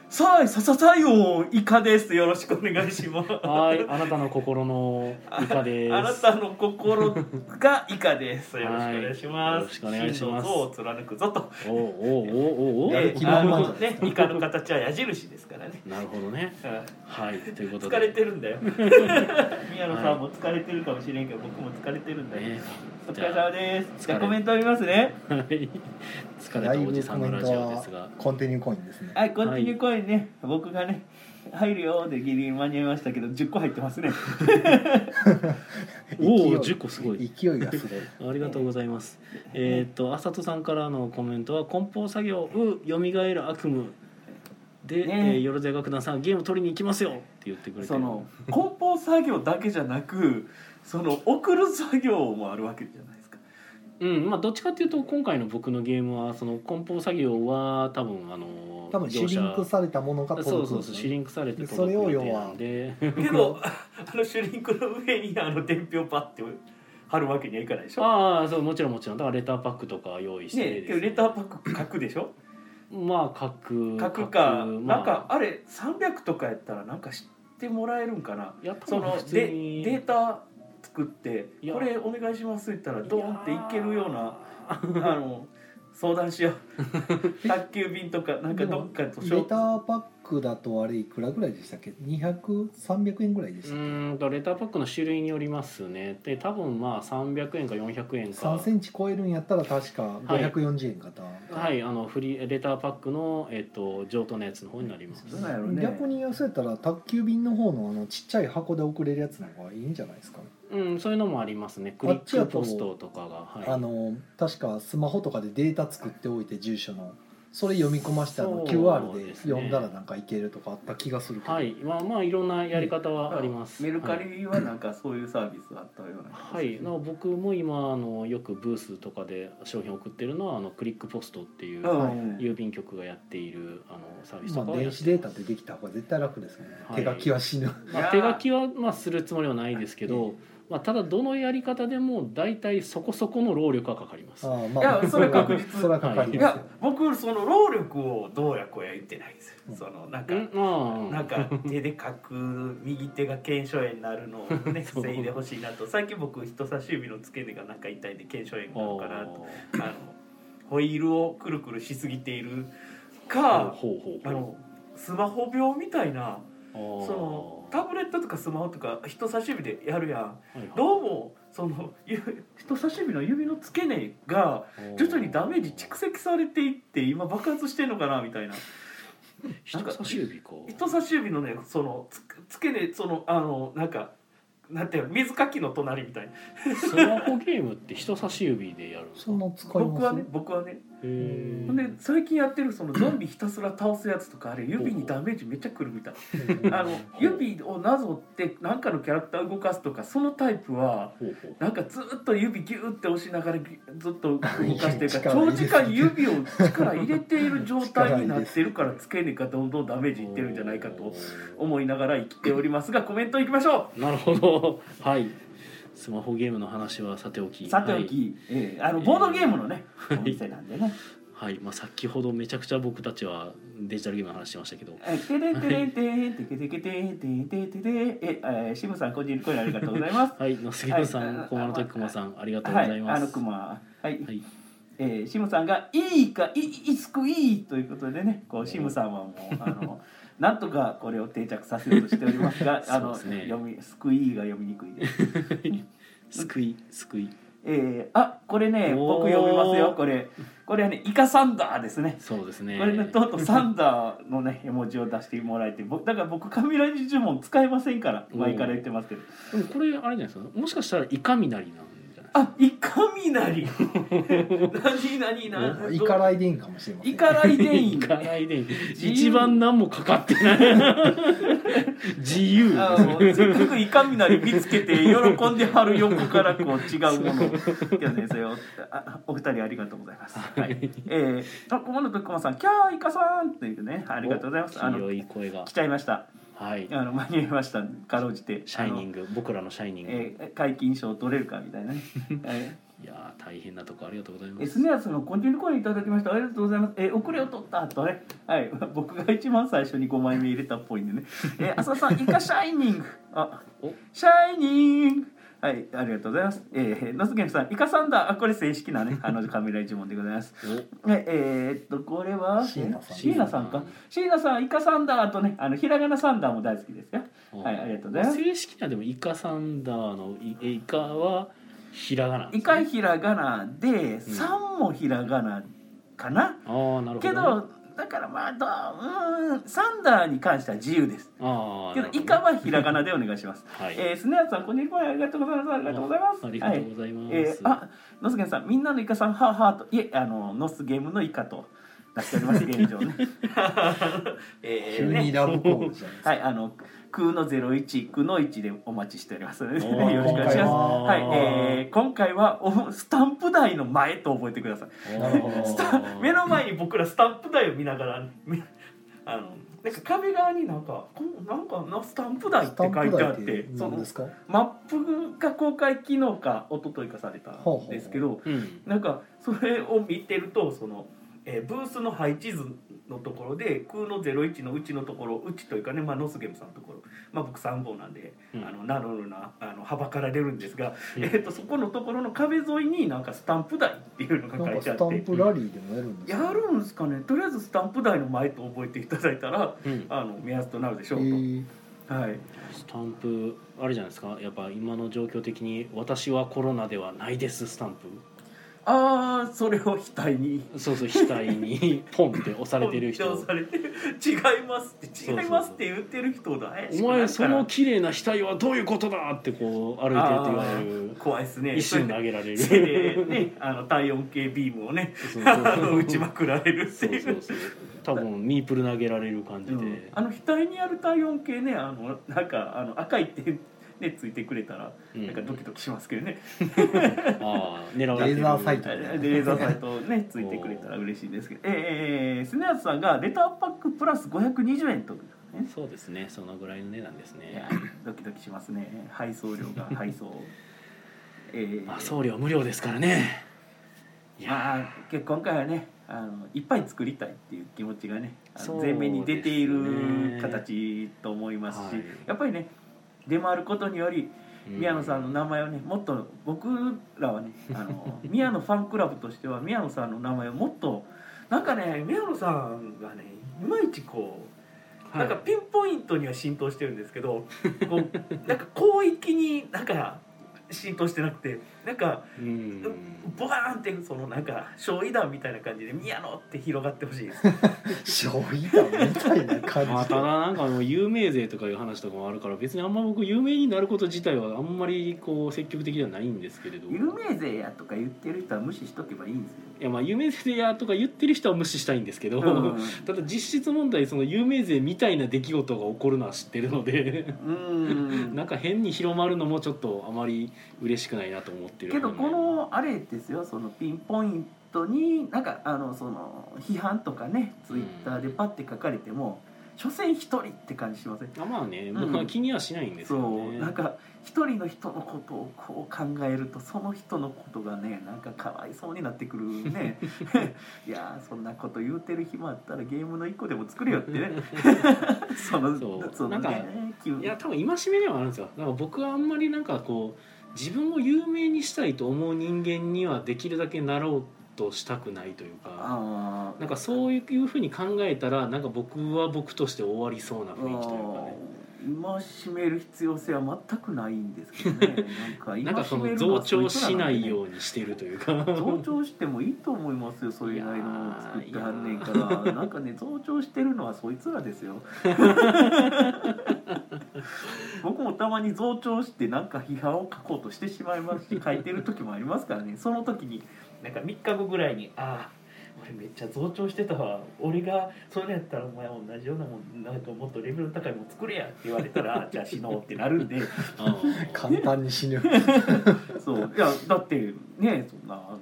C: さあさささよイカですよろしくお願いします
A: はい、あなたの心のイカです。
C: あなたの心がイカですよろしくお願いし
A: は
C: ます、
A: いよろしくお願いします
C: 真の像を貫くぞと
A: おうおうおうおうおう。
B: やる
C: え
B: 気
C: ー
B: 満々
C: あ
B: じゃな
C: の
B: いです
C: ね、イカの形は矢印ですからね
A: なるほどね。
C: うん
A: はい、ということで。
C: 疲れてるんだよ宮野さんも疲れてるかもしれんけど僕も疲れてるんだよ、
A: ね
C: お疲れ様です
A: じゃあ
C: じゃあコメント見ますね
A: はい。疲れ
B: だ
A: た
B: い
A: おじ
B: ぶ
A: さ
B: コ
A: ん
B: メ
A: のラ
B: ント
A: ジオですが
B: は。コンティニューコインですね
C: はいコンティニューコインね、僕がね入るよーでギリギリ間に合いましたけど10個入ってますね
A: おお10個すごい
B: 勢いが すごい
A: ありがとうございます。えーっと、あさとさんからのコメントは、梱包作業、う、よみがえる悪夢。で、
C: ね
A: えーよろずや楽団さん、ゲーム取りに行きますよって言ってくれて
C: そ
A: る。
C: の梱包作業だけじゃなくその送る作業もあるわけじゃないですか
A: うん、まあ、どっちかっていうと、今回の僕のゲームは、その梱包作業は、多分、あの。
B: 多分シリンクされたものが
A: そう
B: 届く
A: そう
B: んです
A: そう、
B: よね
A: シリンクされて
B: で
A: 届く
B: それを
A: 予
B: 要は
A: 定なんで。
C: けどあのシュリンクの上にあの伝票パッて貼るわけにはいかないでし ょ
A: ああ、そう、もちろん、もちろん、だから、レターパックとか用意して
C: ね
A: です
C: けどレターパック書くでしょ
A: まあ、書く。
C: 書くか、
A: まあ
C: なんか。あれ300とかやったらなんか知ってもらえるんかな
A: やっぱ
C: その
A: 普
C: で
A: 通
C: デ
A: に
C: ータ作って
A: いや
C: これお願いしますって言ったらドーンっていけるよ うなあの相談しよ う宅急便とかなんかどっかと
B: レターパックだとあれいくらぐらいでしたっけ200300円ぐらいで
A: う
B: したっ
A: ーんとレターパックの種類によりますねで多分まあ300円か400円
B: け
A: か
B: 3センチ超えるんやったら確か540円かな、
A: はいあのフリーレターパックの、えっと譲渡のやつの方になります
C: どうなんやろうね
B: 逆に寄せたら宅急便の方のあのちっちゃい箱で送れるやつの方がいいんじゃないですかね、
A: うんそういうのもありますねクリックポストとかが
B: あ
A: はい
B: の確かスマホとかでデータ作っておいて住所のそれ読み込ましてあの
A: そ
B: QR
A: う
B: で
A: ですね
B: 読んだらなんかいけるとかあった気がするけど、
A: はいまあまあいろんなやり方はあります
C: メルカ
A: はい
C: リはなんかそういうサービスあったような
A: はい、なお僕も今あのよくブースとかで商品を送ってるのはあのクリックポストっていう、
C: うん
A: 郵便局がやっているあのサービスと
B: ま
A: か
B: あ、
A: をや
B: 電
A: っ
B: 子
A: て
B: デ
A: ま
B: ー
A: す
B: タでできた方が絶対楽ですね、
A: はい
B: 手書きは死ぬ
A: まあ、手書きはまあするつもりはないですけど、まあ、ただどのやり方でも大体そこそこの労力はかかります。
B: ああま
C: いや
B: あ
C: それ確実
B: それはかかり
C: い
B: ますよ、
C: や僕その労力をどうやこうや言ってないんですよそのなんか
A: うんま
C: なんか手で書く右手が腱鞘炎になるのを ね
A: そう
C: 防いでほしいなと最近僕人差し指の付け根がなんか痛いんで腱鞘
A: あ
C: 炎なのかなとあのホイールをくるくるしすぎている
A: あ
C: か
A: ほうほう
C: あ
A: ほう
C: のスマホ病みたいな
A: あー
C: そのタブレットとかスマホとか人差し指でやるやん
A: はいはい
C: どうもそのゆ人差し指の指の付け根が徐々にダメージ蓄積されていって今爆発してんのかなみたいな
A: 人差し指か
C: 人差し指のねそのつ付け根そのあのなんかなんていうの水かきの隣みたいな
A: スマホゲームって人差し指でやるんです
B: そ
A: か
B: んな使います
C: 僕はね僕はね
A: へー
C: ほんで最近やってるそのゾンビひたすら倒すやつとかあれ指にダメージめっちゃくるみたい
B: うん
C: あの指をなぞって何かのキャラクター動かすとかそのタイプは
A: ほうほう
C: なんかずっと指ギューって押しながらぎゅずっと動か してるか
B: 力入
C: ら長
B: れ
C: 時
B: すぎて
C: 間指を力入れている状態になってるから付け根がどんどんダメージいってるんじゃない かと思いながら生きておりますがコメントいきましょ
A: なるほどはいスマホゲームの話はさておき
C: うさてお
A: はい
C: き、えーあのボードゲームのねお店なんでね
A: はいまあ、先ほどめちゃくちゃ僕たちはデジタルゲームの話してましたけど
C: えーてれてれててけてけてててててえーえー、シムさん個人声ありがとうございます
A: はい、のすぎのさん、
C: はい
A: 小丸とくまさん、ありがとうご
C: は
A: ざい
C: い
A: ま
C: あ
A: す。
C: のクマはい
A: はい、
C: えー、シムさんが「いいかいいいつくいい」ということでねこうシムさんはもうあの なんとかこれを定着させようとしておりますがあ の
A: そうですね
C: 読み「すくい」が読みにくいです。
A: 救い、救い。
C: えー、あこれね
A: お
C: 僕
A: ー
C: 読みますよこれこれはね「イカサンダー」ですね。
A: そうですね。
C: これねとうとうサンダーのね絵文字を出してもらえて僕だから僕カミラジ呪文使えませんから前から言ってますけど
A: でもこれあれじゃないですか。もしかしたらイカミナリなんじゃない
C: あイカミナリ何何
B: う
C: 何
B: んイカライデンかもしれません
C: イカライデイ
A: で
C: ン
A: すか。イカないで
C: 由
A: 一番何もかかって ない。自由です
C: あ
A: ね。
C: のせっかくイカミナリ見つけて喜んではる横からこう違うものをけどねそれをあお二人ありがとうございます。はい、えー、あ小物とくまさん「キャーイカさん」というねありがとうございます。あの
A: 強い声が
C: 来。ちゃいました。
A: はい。
C: あの間に合いました。かろうじて。
A: シャイニ
C: あの
A: ング、僕らのシャイニング。
C: えー解禁賞取れるかみたいなね。 はい
A: いやー、大変なとこありがとうございま
C: え
A: す。
C: スネアさんのコンティニューコインいただきましたありがとうございますえ遅れを取ったとねはい 僕が一番最初に5枚目入れたっぽいんでねえ浅田さんイカシャイニングあ
A: お
C: シャイニングはいありがとうございますえー、ノスゲンさんイカサンダーあこれ正式なねあのカメラ一問でございますええーっとこれは
B: 椎名さん
C: え椎名さんか椎名さんイカサンダーとねあのひらがなサンダーも大好きですよ
A: お
C: はいありがとうございます
A: 正式なでもイカサンダーのイえイカはひらがななんです
C: イ
A: ね、
C: カひらがなで、三もひらがなかな
A: ああ、なるほどね。
C: けどだからまあどううーんサンダーに関しては自由です
A: ああ
C: けどイカはひらがなでお願いします、
A: はい、
C: えー、スネアさんこんにちはありがとうございますありがとうございます
A: ありがとうございます、
C: えー、あのすげんさんみんなのイカさんはあはあといえあのノスゲームのイカとなっております現状 ね え
B: 急
C: ー
B: に
C: ね
B: ラブコールじゃないですか
C: はいあの空の01空の1でお待ちしておりますの
A: お
C: で、
A: ー
C: よろしくお願いし
B: 今回
C: ます
B: は
C: はい、えー、今回はおスタンプ台の前と覚えてください
A: ー
B: なるほど
C: スタ 目の前に僕らスタンプ台を見ながらみあのなんか壁側になんかこんなんかなスタンプ台っ
B: ス
C: て
B: タ
C: 書
B: ンプ
C: いてあ
B: 台
C: っ
B: って
C: てそ
B: 何
C: の
B: ですか
C: マップが公開機能か一昨日かされたんですけど
A: うん
C: なんかそれを見てるとその、えーブースの配置図のところで空の01のうちのところうちというかね、まあ、ノスゲムさんのところ、まあ、僕3号なんで、
A: うん
C: あの名乗るなあのはばかられるんですが、
A: うん
C: えー、とそこのところの壁沿いになんかスタンプ台っていうの
B: な
C: が
B: ん
C: 書い
B: か
C: てあ
B: ス
C: っ
B: タン
C: て。
B: プラリーでもやるんです
C: や
B: か
C: るんですかねとりあえずスタンプ台の前と覚えていただいたら
A: うん、
C: あの目安となるでしょう
B: え
C: と、
B: ー
C: はい、
A: スタンプあれじゃないですかやっぱ今の状況的に「私はコロナではないです」スタン
C: ああそれを額に
A: プそうそう額に ポンって押されてる
C: 強調
A: 人
C: されて違いますって違いますって言ってる人だ怪し
A: お
C: くないから
A: 前その綺麗な額はどういうことだってこう歩いてると言われる
C: 怖いですね
A: 一瞬投げられる
C: それでねあの体温計ビームをね
A: そうそう
C: あの打ちまくられるっ て
A: そう
C: いう
A: そうそう多分ミープル投げられる感じ
C: う
A: で、
C: んあの額にある体温計ねあのなんかあの赤い点ねついてくれたら
A: うん
C: なんかドキドキしますけどね、
A: ああ狙われてる
B: レーザー サイト
C: でレーザーサイトねついてくれたら嬉しいですけどえー、スネアツさんがレターパックプラス520円と、ね、
A: そうですねそのぐらいの値段です
C: いや
A: ね
C: ドキドキしますね配送料が配送えー
A: まあ送料無料ですからねいや
C: まあ結構今回はねあのいっぱい作りたいっていう気持ちがねあの
A: そう
C: 前面に出てい
A: です
C: る
A: ね
C: 形と思いますし
A: はい
C: やっぱりね出回ることにより宮野さんの名前をねもっと僕らは ねあの宮野ファンクラブとしては宮野さんの名前をもっとなんかね宮野さんがねいまいちこう。なんかピンポイントには浸透してるんですけど、 こうなんか広域になんか浸透してなくてなんか
A: うん
C: ボカーンってそのなんか焼夷弾みたいな感じで「宮野」って広がってほしいで す
B: 消費だみたいな感
A: まあ、
B: じで
A: ただなんかもう有名税とかいう話とかもあるから別にあんま僕有名になること自体はあんまりこう積極的ではないんですけれど
C: 有名税やとか言ってる人は無視しとけばいいんですよ、
A: いやまあ有名税やとか言ってる人は無視したいんですけど、
C: うん
A: ただ実質問題その有名税みたいな出来事が起こるのは知ってるので
C: うん
A: なんか変に広まるのもちょっとあまり嬉しくないなと思ってる
C: けどこのあれですよそのピンポイントになんかあのその批判とかねツイッターでパッて書かれても所詮一人って感じしません
A: あまあね
C: ん
A: 僕は気にはしないんですよね、
C: そうなんか一人の人のことをこう考えるとその人のことがねなんかかわいそうになってくる ねいやーそんなこと言うてる暇あったらゲームの一個でも作れよって ねその
A: そう
C: の
A: なんか
C: ね急
A: いや多分戒めではあるんですよなんか僕はあんまりなんかこう自分を有名にしたいと思う人間にはできるだけなろうとしたくないというか
C: あー
A: なんかそういうふうに考えたらなんか僕は僕として終わりそうな
C: あ
A: 雰囲気というかね
C: ー戒める必要性は全くないんですけどね
A: な
C: なん
A: んか
C: か
A: そ
C: 戒
A: の
C: める
A: 増
C: はそう
A: 長し
C: いう人らな
A: なん
C: でね
A: いようにしてるというか
C: 増長してもいいと思いますよそういうのを作ってはんねんからなんかね増長してるのはそいつらですよ僕もたまに増長してなんか批判を書こうとしてしまいますし書いてる時もありますからねその時になんか3日後ぐらいに「ああ俺めっちゃ増長してたわ俺がそれやったらお前同じようなもんなんかもっとレベルの高いもん作れや」って言われたら「じゃあ死のう」ってなるんで。
A: あー
B: 簡単に死ぬ
C: そういやだってねそんなあの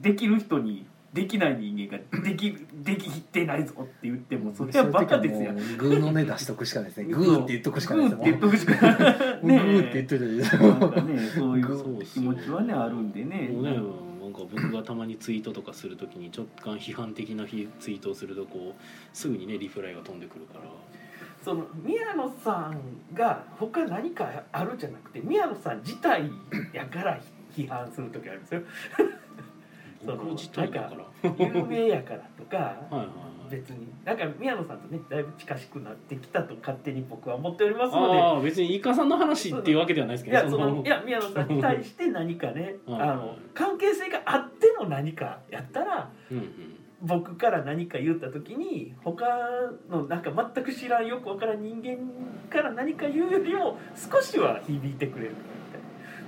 C: できる人にできない人間ができできてないぞって言ってもそれはバカですよ
B: そういう時は。もうグーの根出しとくしかないですねグーって言っとくしかないです
C: グーって言っとくしかない。
B: もうグーって言っといていいです
C: なんかねそうい
B: グ
A: ー
C: う気持ちはねあるんでね。
A: もうねなんか僕がたまにツイートとかするときにちょっと批判的なひツイートをするとこうすぐにねリプライが飛んでくるから
C: その宮野さんが他何かあるじゃなくて宮野さん自体やから批判する時あるんです よ。その
A: 僕自体だからはい
C: 有名やからとか。
A: はいはい
C: 別になんか宮野さんとねだいぶ近しくなってきたと勝手に僕は思っておりますので
A: ああ別にイカさんの話っていうわけではないです
C: い
A: けど
C: やそ
A: そ
C: の
A: の
C: いや宮野さんに対して何かね
A: うん
C: あの関係性があっての何かやったら
A: うんうん
C: 僕から何か言った時に他のなんか全く知らんよくわからん人間から何か言うよりも少しは響いてくれるみたいな。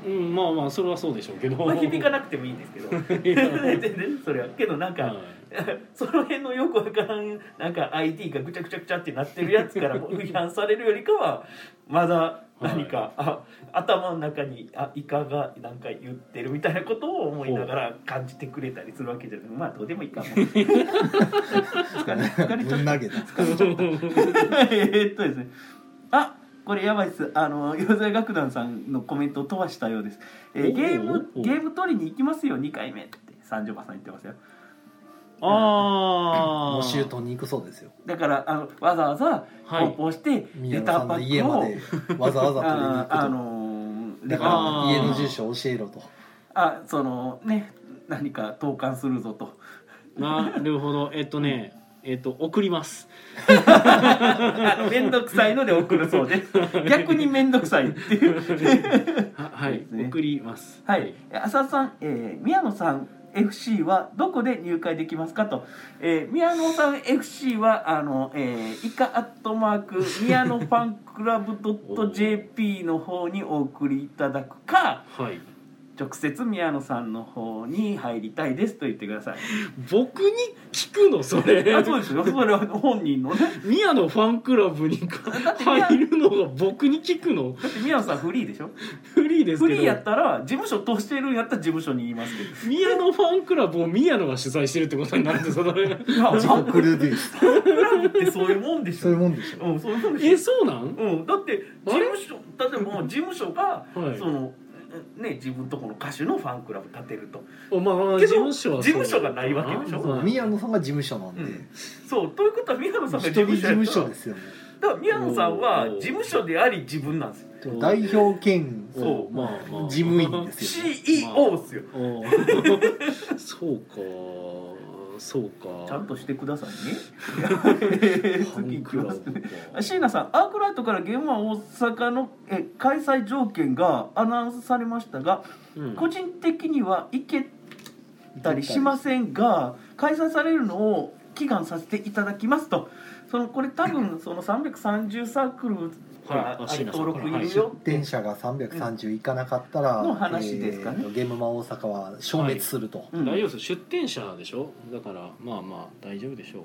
A: うん、まあまあそれはそうでしょうけど。
C: まあ、響かなくてもいいんですけど
A: い
C: 全
A: や
C: 然それはけどなんか、
A: はい
C: その辺のよくわからんなんか IT がぐちゃぐちゃぐちゃってなってるやつから も批判されるよりかはまだ何か、あ頭の中にあイカがなんか言ってるみたいなことを思いながら感じてくれたりするわけじゃなくまあどうでもい いかも 疲れ疲れちゃ
B: ぶ
C: っ
B: ん
C: た
B: 投げた。
C: えーっとですね。あ、これやばいです。あの、洋材楽団さんのコメントを飛ばしたようです。えー
A: おー
C: ゲーム、
A: おー
C: ゲーム取りに行きますよ、二回目って、三条馬さん言ってますよ。
A: ああ。
B: 募集取りに行くそうですよ。
C: だから、あの、わざわざ、
A: はい
C: 梱包して、
B: 宮
C: レ
B: 野
C: タ
B: さ
C: ー
B: ん
C: パ
B: の家
C: ック
B: ま
C: を。
B: でわざわざ取りに行
C: あ
B: く
C: ー、あ
B: と。
C: のー、
B: だ
C: レタ
B: か
C: ー、
A: あ
B: ら
A: ー
B: 家の住所教えろと。
C: あ、その、ね、何か投函するぞと。
A: なるほど。えっとね、えっと送ります。
C: あの、面倒くさいので送るそ うです。逆に面倒くさいっていう。
A: ははい、
C: ですね
A: 送ります。
C: はい、浅田さん、えー宮野さん FC はどこで入会できますかと、えー宮野さん FC はあの、えー、以下アットマーク宮野ファンクラブドット JP の方にお送りいただくか
A: はい。
C: 直接宮野さんの方に入りたいですと言ってく ださい。
A: 僕に聞くのそれ。
C: あそうですよそれは本人のね
A: 宮野ファンクラブに
C: って宮
A: 入るのが僕に聞くの
C: だって宮野さんフリーでしょ
A: フリーです
C: フ
A: け
C: リーやっ
A: ど
C: たら事務所通してるんやったら事務所に言いますけど。
A: 宮野ファンクラブを宮野が主催してるってことになるんですよそれ
C: いや
B: 自己プロデュース。
C: クラブってそういうもんでし
B: そういう
C: ょ。
B: もんでしょ。
C: うん、そういうもんでしょ
A: えそうなん
C: うん、だって事務所だってもう事務所が、
A: はい
C: そのね自分とこの歌手のファンクラブ立てると
A: おまあまあ
C: け
A: 事務
C: ど
A: 所はそう
C: 事務所がないわけでしょ
A: そうなん
B: 宮野さんが事務所なんで、
C: うんそうということは宮野さんが
B: 一
C: 事
B: 人
C: 務
B: 事
C: 所
B: 務所
C: やったら
B: ですよね。
C: だから宮野さんは
A: おー
C: 事務所であり自分なんですよ
A: そう
B: 代表兼
A: そうまあまあ
B: 事務員ですよね。
C: CEO っすよ
A: おーそうかそうか
C: ちゃんとしてください
A: フ
C: ね
A: ァ
C: 次
A: ン
C: いき
A: クラ
C: ます
A: ブか
C: 椎名さんアークライトから現場大阪のえ開催条件がアナウンスされましたが
A: うん
C: 個人的には行けたりしませんが開催されるのを祈願させていただきますとそのこれ多分その330サークルが
A: はい
C: あれ
A: 椎名さん
C: 登録い
A: はい
C: るよって、
B: 電車が330行かなかったら、
C: の話ですかね
B: えーとゲームマ大阪は消滅すると、
C: うん
A: 大丈夫です出店者でしょだからまあまあ大丈夫でしょう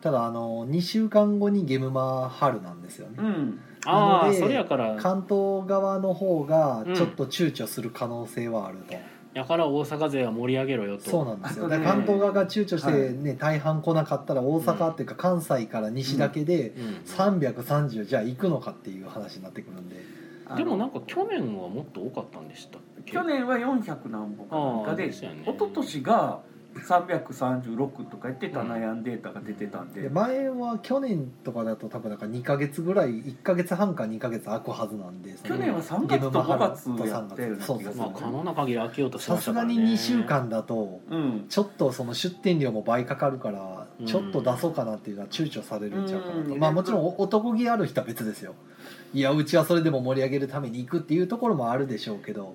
B: ただあの2週間後にゲームマ春なんですよね、
C: うん
A: あ
B: なの
A: あ
B: で
A: それやから
B: 関東側の方がちょっと躊躇する可能性はあると、
A: やから大阪勢は盛り上げろよと
B: そうなんですよ
C: あと
B: だ
C: ね
B: から関東側が躊躇して、
C: はい
B: ね大半来なかったら大阪っていうか関西から西だけで
A: うん
B: 330じゃあ行くのかっていう話になってくるんで
C: あの
A: でもなんか去年はもっと多かったんでしたっけ
C: 去年は400何本かなんか
A: あー
C: で
A: ですよね
C: 一昨年が336とか言ってた悩んデータが出てたんで、
B: で前は去年とかだと多分なんか2ヶ月ぐらい1ヶ月半か2ヶ月空くはずなんでその
C: 去年は3月と5月やったような気がす
B: ゲームマハラと3
C: る
B: 月
A: まあ可能な限り開けようとし
B: さ
A: まし
B: す
A: たか
B: が
A: ら、ね、
B: に2週間だと
C: うん
B: ちょっとその出店料も倍かかるから
A: うん
B: ちょっと出そうかなっていうのは躊躇されるんちゃうかなと、
C: うん
B: まあもちろんお男気ある人は別ですよいやうちはそれでも盛り上げるために行くっていうところもあるでしょうけど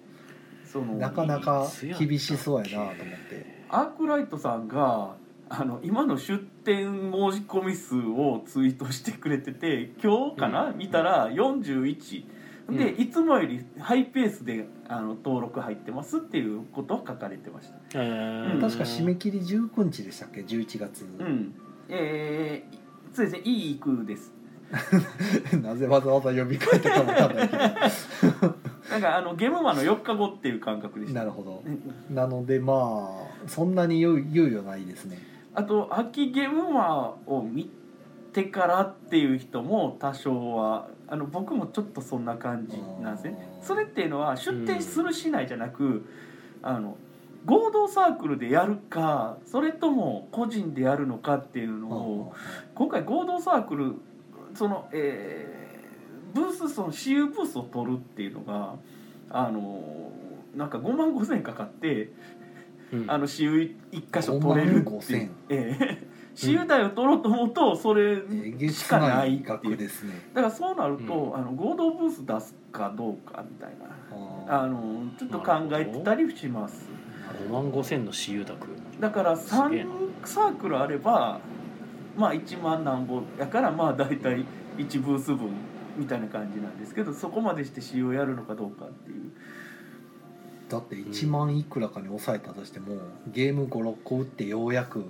C: その
B: なかなか厳しそうやなと思って
C: アークライトさんがあの今の出店申し込み数をツイートしてくれてて今日かな、
A: うん
C: 見たら41で、
A: う
C: いつもよりハイペースであの登録入ってますっていうことは書かれてました
A: えー
C: うん
B: 確か締め切り19日でしたっけ11月、
C: うんえー、そうですねいい句です
B: なぜわざわざ呼びかけたかもわかんないけ
C: なんかあのゲームマンの4日後っていう感覚で
B: ど
C: し
B: な
C: た
B: るほど
C: うん
B: なのでまあそんなに猶猶予ないですね
C: あと秋ゲームマンを見てからっていう人も多少はあの僕もちょっとそんな感じなんですね
B: あー
C: それっていうのは出店するしないじゃなく、あの合同サークルでやるかそれとも個人でやるのかっていうのを今回合同サークルそのえーブースその私有ブースを取るっていうのがあのなんか5万5千円かかって
A: うん
C: あの私有一箇所取れる
B: 5万5
C: ってい
B: 千
C: う、ええ 私有台を取ろうと思うとそれ
B: えげ
C: し
B: つ
C: かな
B: ない
C: っ
B: い
C: てい
B: 額
C: う
B: ですね
C: だからそうなると、
A: う
C: あの合同ブース出すかどうかみたいなあ
B: あ
C: のちょっと考えてたりします
A: う5万5千の私有宅
C: だから
A: すげえ
C: 3
A: な
C: サークルあればまあ1万何本やからまあ大体1ブース分みたいな感じなんですけどそこまでして使用やるのかどうかっていう
B: だって1万いくらかに抑えたとしてもゲーム56個打ってようやく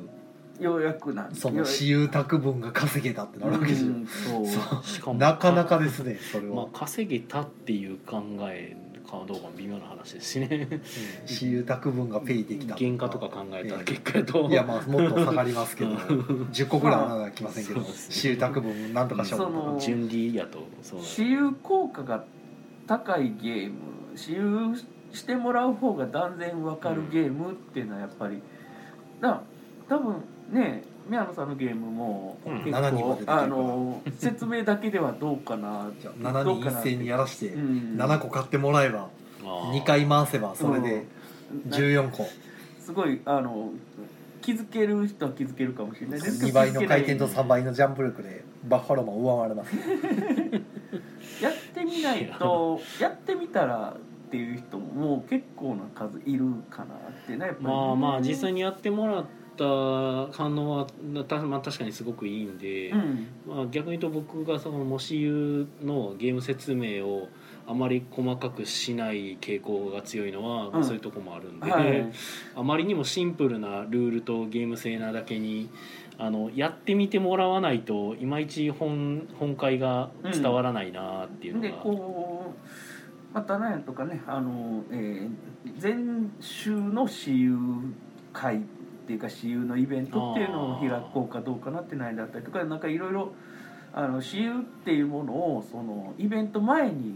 C: ようやくなん
B: そ
C: よう
B: の
C: やく
B: 私有宅分が稼げたってなるわけじゃ、
C: うん んそう
B: そ
A: しか
B: う
A: も
B: なかなかですねそれは、
A: まあ稼げたっていう考えかどうかも微妙な話ですしね
B: 私有宅分がペイできた
A: 原価とか考えた結果やと、
B: いやまあもっと下がります けど10個ぐらいはまだ来ませんけど
A: まあそうですね
B: 私有宅分なんとかしようと
C: その
A: 純利やとそうなる
C: 私有効果が高いゲーム私有してもらう方が断然わかるゲームっていうのはやっぱりだから多分ね宮野さんのゲームも
A: うん
C: 結
B: 7人までで
C: 構、
B: きるから
C: あの説明だけではどうかな
B: じゃあ7人一斉にやらして
C: うん
B: 7個買ってもらえば
A: あー
B: 2回回せばそれで
C: うんな
B: 14個
C: すごいあの気づける人は気づけるかもしれ ないですけど
B: 2倍の回転と
C: 気づけ
B: 3倍のジャンプ力でバッファローマン上回れます
C: ないやってみない とやってみたらっていう人ももう結構な数いるかなってねやっぱりね
A: まあまあ実際にやってもらった反応はた、まあ、確かにすごくいいんで、
C: うん
A: まあ、逆に言うと僕がその模試湯のゲーム説明をあまり細かくしない傾向が強いのは、ま
C: う
A: あ
C: ん
A: そういうとこもあるんで、
C: はい、
A: あまりにもシンプルなルールとゲーム性なだけにあのやってみてもらわないといまいち本本会が伝わらないなっていうの
C: で
A: が、
C: こうまた何やとかねあの、えー前週の私有会っていうか私有のイベントっていうのを開こうかどうかなってないんだったりとかなんかいろいろあの私有っていうものをそのイベント前に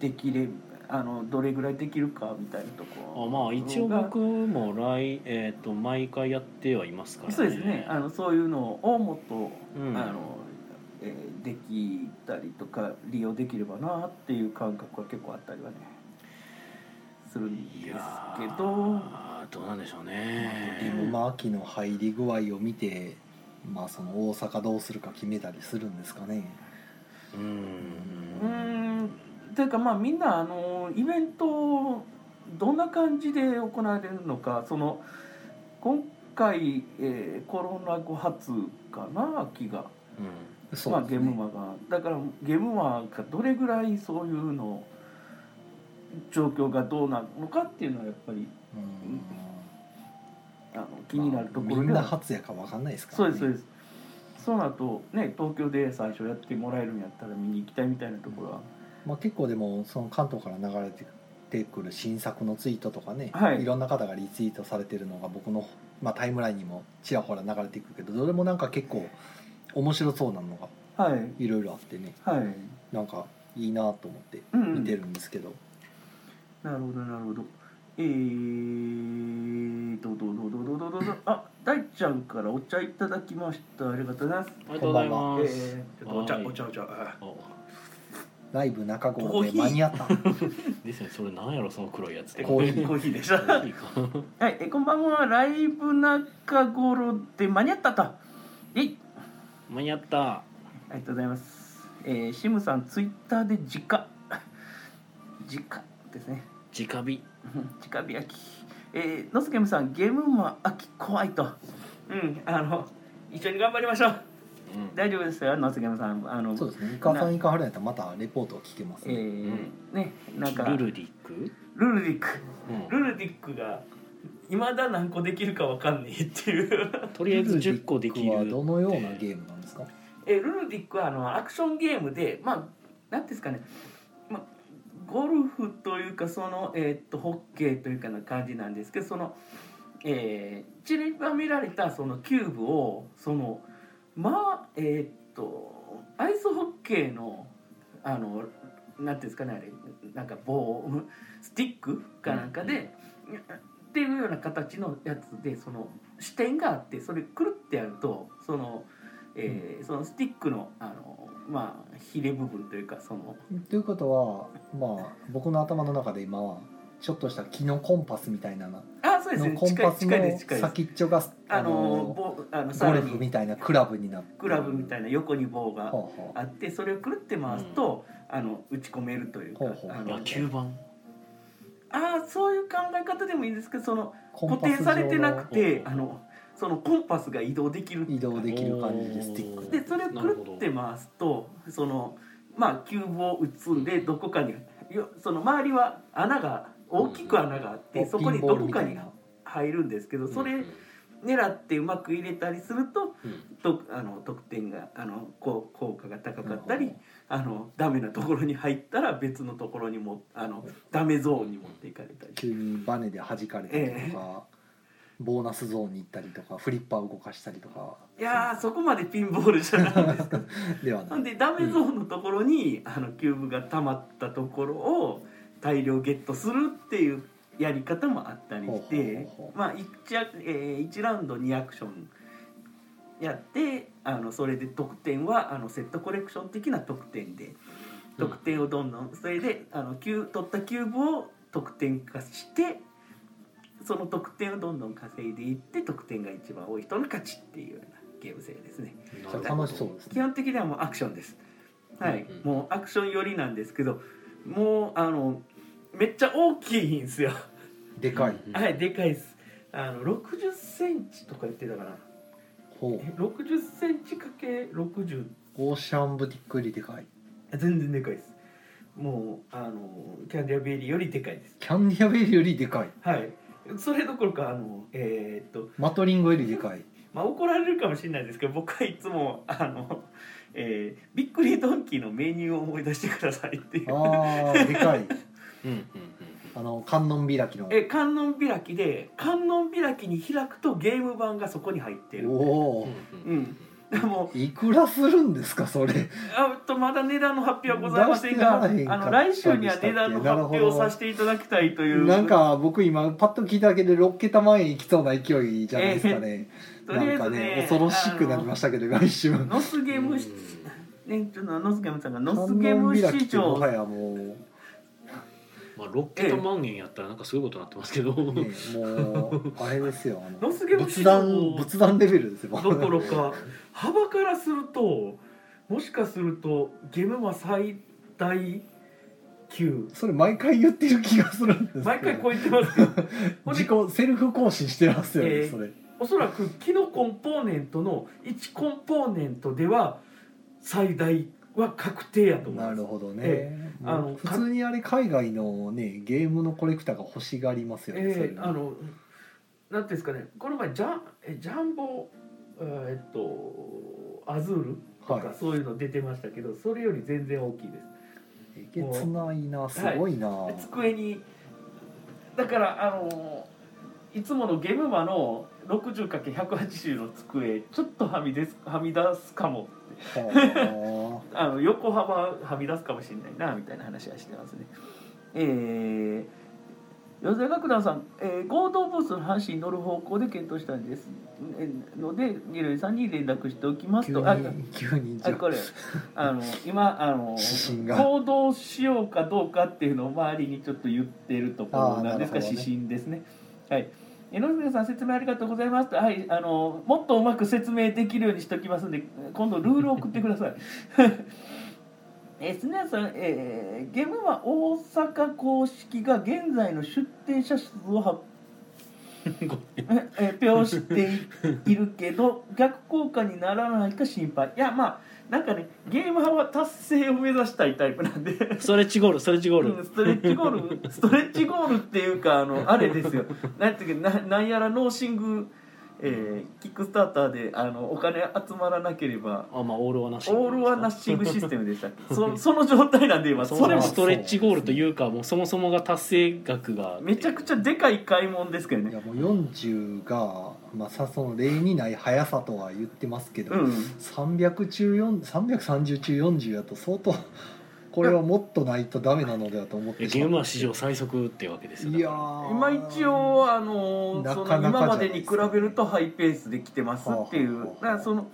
C: できれあのどれぐらいできるかみたいなとこ
A: あまあ一応僕も来、えー、と毎回やってはいますからね。
C: そうですねあのそういうのをもっと
A: うん
C: あのえーできたりとか利用できればなっていう感覚は結構あったりはねするんです
A: い
C: け
A: や
C: ど
A: ーどうなんでしょう
B: で
A: ね
B: も。まあ秋の入り具合を見てまあその大阪どうするか決めたりするんですかね
A: う
C: うー
A: ん。
C: んというかまあみんなあのイベントどんな感じで行われるのかその今回、えーコロナ後初かな秋が、
B: そ
C: まあ
B: うで
C: ゲ
B: す
C: ーム
B: ね
C: マがだからゲームマがどれぐらいそういうの状況がどうなのかっていうのはやっぱり
B: うん
C: あの気になるとこ
B: まあ
C: ろ
B: みん
C: では
B: な初やかわかんないですか
C: そう
B: ら
C: ですそうですそうなるとね東京で最初やってもらえるんやったら見に行きたいみたいなところは、
B: まあ、結構でもその関東から流れてくる新作のツイートとかね、
C: はい
B: ろんな方がリツイートされてるのが僕の、まあ、タイムラインにもちらほら流れていくけどどれもなんか結構面白そうなのが
C: はい
B: いろいろあってね
C: はい、
B: なんかいいなと思って
C: うんうん
B: 見てるんですけど、
C: なるほどなるほどえーとどうどうどうどうどうどうどうあ大ちゃんからお茶いただきましたありがとうございます
A: ありがとうござい
C: え
A: ます。
C: ー、
D: ちょっとお茶
A: はい
D: お茶お茶あ
A: あ
B: ライブ中
D: コ
B: 頃
D: ー
B: で
D: ヒー
B: 間に合った
A: ですねそれなんやろその黒いやつって。
B: コーヒ
D: ーコーヒーでした
A: コーヒーか
C: はいえこんばんはライブ中頃で間に合ったとえい
A: 間に合った。
C: ありがとうございます。えー、シムさん、ツイッターで直直ですね。
A: 直火。
C: うん直火焼き。えー、のすけむさん、ゲームマン秋怖いと。うん、あの、一緒に頑張りましょう。
A: うん
C: 大丈夫ですよ、のすけむさん。あの、
B: そうですねイカさんイカハルやったらまたレポートを聞けます
C: え
B: ね、
C: ーね、なんか、
A: ルルディック？
C: ルルディック。
A: うん
D: ルルディックがいまだ何個できるかわかんねえっていう
A: とりあえず10個でき
B: ルルディックは
A: る。
B: どのようなゲームなんですか
D: えルルディックはあのアクションゲームでまあ
C: なんていうんですかね、ま、ゴルフというかその、えーっとホッケーというかな感じなんですけどその、えー、散りばめられたそのキューブをそのまあえーっとアイスホッケーのあのなんていうんですかねあれなんか棒うんスティックかなんかで、っていうような形のやつでその視点があってそれくるってやるとその,、えーそのスティックのあの、まあ、ヒレ部分というかその
B: ということはまあ僕の頭の中で今はちょっとした木のコンパスみたいなな
C: あそうです
B: の
C: ね
B: コン
C: 近
B: パ
C: い
B: ス
C: 近いです近い
B: の
C: です
B: 先っちょがあ
C: あの
B: の
C: 棒あのさ
B: ゴ
C: ら
B: ルフみ
C: に
B: たいなクラブになって
C: クラブみた
B: い
C: いな横に棒が
B: ほうほう
C: あってそれをくるって回すと、あの打ち込めるというか
B: ほうほう
C: あの
A: 野球盤。
C: ああそういう考え方でもいいですけどその
B: コ
C: 固
B: ンパス
C: 定
B: 上の
C: されてなくて
A: うん
C: あのそのコンパスが移動できる
B: 移動できる感じでスティッ
A: お
B: ク
A: ー
C: でそれをくるって回すとそのまあキューブを打つんでどこかによその周りは穴が大きく穴があって、そこにどこかに入るんですけどそれ狙ってうまく入れたりするととあの得点があのこう効果が高かった
B: な
C: り
B: る
C: あのダメなところに入ったら別のところにもあのダメゾーンに持っていかれたり。
B: 急にバネで弾かれたりとか、ボーナスゾーンに行ったりとかフリッパー動かしたりとか
C: いやーそこまでピンボールじゃないですか
B: では
C: な
B: なんい
C: でダメゾーンのところに、あのキューブが溜まったところを大量ゲットするっていうやり方もあったりし
B: ほう
C: て
B: ほうほう
C: まあ 1, アク、えー、1ラウンド2アクションやってあのそれで得点はあのセットコレクション的な得点で得点をどんどんそれであのキュー取ったキューブを得点化してその得点をどんどん稼いでいって得点が一番多い人の勝ちっていうようなゲーム性ですね。
B: それ楽しそうです
C: 基
B: ね
C: 本的にはもうアクションです。はい、
A: うんうん
C: もうアクション寄りなんですけど、もうあのめっちゃ大きいんですよ。
B: でかい、
C: はい、でかいです。あの六十センチとか言ってたかな。
B: ほう
C: 六十センチかけ六十
B: オーシャンブティックよりでかい
C: 全然でかいです。もうあのキャンディアベリーよりでかいです。
B: キャンディアベリーよりでかい
C: はい。それどころかあのえーっと
B: マトリンゴよりでかい
C: まあ怒られるかもしれないですけど、僕はいつもあの、えー、びっくりドンキーのメニューを思い出してくださいっていう。
B: あーでか い
A: うんうん
B: あの観音開きの
C: え観音開きで観音開きに開くとゲーム版がそこに入ってる
B: お
A: うん
B: お
A: うんうん
C: でも
B: いくらするんですかそれ
C: あとまだ値段の発表はございませんが
B: 出してやらへんか
C: あ
B: った
C: の来週には値段の発表をさせていただきたいという
B: なんか僕今パッと聞いただけで6桁万円いきそうな勢いじゃないですかね、
C: とりあ
B: な
C: え
B: ん
C: ず
B: か
C: ね
B: ね恐ろしくなりましたけど 来週
C: あのノスゲームしねちょっとノスゲームさんがノスゲー
B: 観
C: ム
B: 音開き
C: 市
B: っても
C: 場
B: はやもう、ね、
A: まあ6桁万円やったらなんかすごいことになってますけど、
B: もうあれですよあの
C: ノスゲーム
B: 仏
C: 市場
B: 壇仏壇レベルですよ
C: どころか幅からするともしかするとゲームは最大級
B: それ毎回言ってる気がするんですけど
C: 毎回超えてますけ どこれ
B: 自己セルフ更新してますよね、
C: えー
B: それ
C: おそらく木のコンポーネントの1コンポーネントでは最大は確定やと思い
B: な
C: ます
B: るほどね、
C: え
B: もう
C: あの
B: 普通にあれ海外のねゲームのコレクターが欲しがりますよね、それ
C: え
B: ね
C: えあのなんていうんですかねこの前ジャンえジャンボえーっとアズールと
B: は
C: か
B: い
C: そういうの出てましたけど、それより全然大きいです
B: えげつないなすごいな、
C: で机にだからあのいつものゲームマの 60×180 の机ちょっとはみ出すはみ出すかも
B: は
C: あの横幅はみ出すかもしれないなみたいな話はしてますね。えー四谷楽団さん、えー合同ブースの話に乗る方向で検討したんですえーので二塁さんに連絡しておきま
B: あ
C: す
B: 急
C: とあ
B: に 急に
C: あこれあの今あの
B: 指針が
C: 行動しようかどうかっていうのを周りにちょっと言ってるところなんですが、
B: あーなるほど
C: 指
B: ね
C: 針ですね。はい江上さん説明ありがとうございます。はい、あのもっとうまく説明できるようにしておきますんで、今度ルールを送ってください。 えー、スネアさん、えーゲームは大阪公式が現在の出店者数を発 え表しているけど逆効果にならないか心配いやまあなんかねゲーマーは達成を目指したいタイプなんで
A: ストレッチゴールストレッチゴール、
C: うんストレッチゴールストレッチゴールっていうかあのあれですよなんていうかななんやらノーシング、えーキックスターターであのお金集まらなければ
A: あまあオールはなし
C: オールはナッシングシステムでしたっけそその状態なんで今
A: そ
C: それ
A: れ
C: も
A: もストレッチゴールというかもうそもそもが達成額が
C: めちゃくちゃでかい買い物ですけど
B: い
C: ね
B: やもう40が、まあ、さその例にない速さとは言ってますけど、
C: うん
B: 300中4 330中40やと相当これはもっとないとダメなのではと思っ
A: え
B: て
A: ゲームは史上最速っていうわけですよ
B: いや
A: だか
B: ー
C: 今一応あの
B: な
C: そ
B: かなかじ
C: の
B: ゃない
C: 今までに比べるとハイペースで来てますっていう
B: はあはあはあ
C: だからその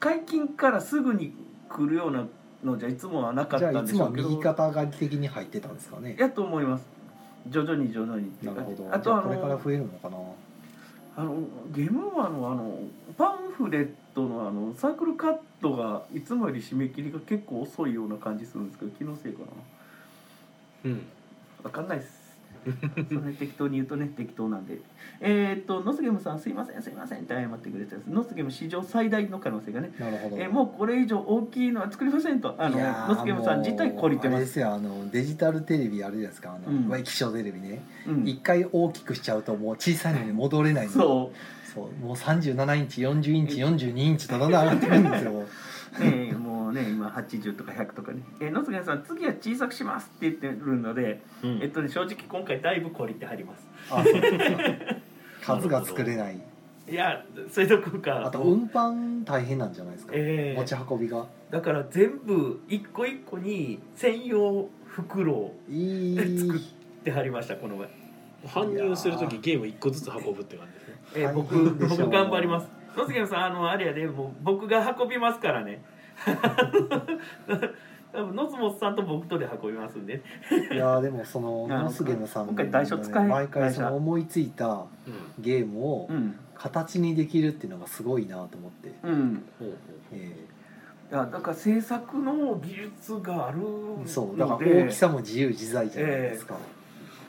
C: 解禁からすぐに来るようなのじゃいつもはなかっ
B: じゃ
C: た
B: あ
C: ん
B: い
C: で
B: つ
C: し
B: も
C: ょ
B: は
C: うけど
B: 右肩上がり的に入ってたんですかね
C: やと思います徐々に徐々にってい
B: な
C: う
B: る
C: 感
B: ほ
C: じ
B: どじゃ
C: あと
B: あ
C: あ
B: これから
C: の
B: 増えるのかな
C: あのゲームはあのあのパンフレットのあのサークルカットがいつもより締め切りが結構遅いような感じするんですけど気のせいかな
A: らうん
C: 分かんないですそれ適当に言うとね適当なんでえーっとノスゲムさんすいませんすいませんって謝ってくれてたやつノスゲム史上最大の可能性がね
B: なるほど。
C: えーもうこれ以上大きいのは作りませんとあの
B: いやー
C: ノスゲムさん自体懲りて
B: もうあ
C: ま
B: れですすよあのデジタルテレビあれですかあの、
C: うん
B: まあ液晶テレビね
C: うん
B: 一、回大きくしちゃうともう小さいのに戻れないの
C: そう
B: そうもう37インチ40インチ42インチとだんだん上がってくるんですよ
C: ええもうね今80とか100とかね「えー、野杉さん次は小さくします」って言ってるので、
A: うん
C: えっとね、正直
D: 今回だいぶ懲りてはります
B: あそうそうそう数が作れない
D: いやそれどころか
B: あと運搬大変なんじゃないですか、
D: ええ
B: 持ち運びが
D: だから全部一個一個に専用袋を
B: いい
D: 作ってはりましたこの前、
A: 搬入する時ゲーム1個ずつ運ぶって感じですね
D: えー
B: 大
D: 僕
B: 変でしょう
D: 僕頑張ります野杉さんあのあれやでもう僕が運びますからね 多分野津さんと僕とで運びますんで
B: いやーでもそ の
C: あの
B: ノスゲムさん
C: 今回代償使え
B: 毎回そ
C: 代
B: の
C: 償
B: 思いついた
A: うん
B: ゲームを
C: うん
B: 形にできるっていうのがすごいなと思って、
C: うん
A: ほうほう
B: え
C: いやだから制作の技術があるの
B: え
C: で
B: そうだから大きさも自由自在じゃないですか、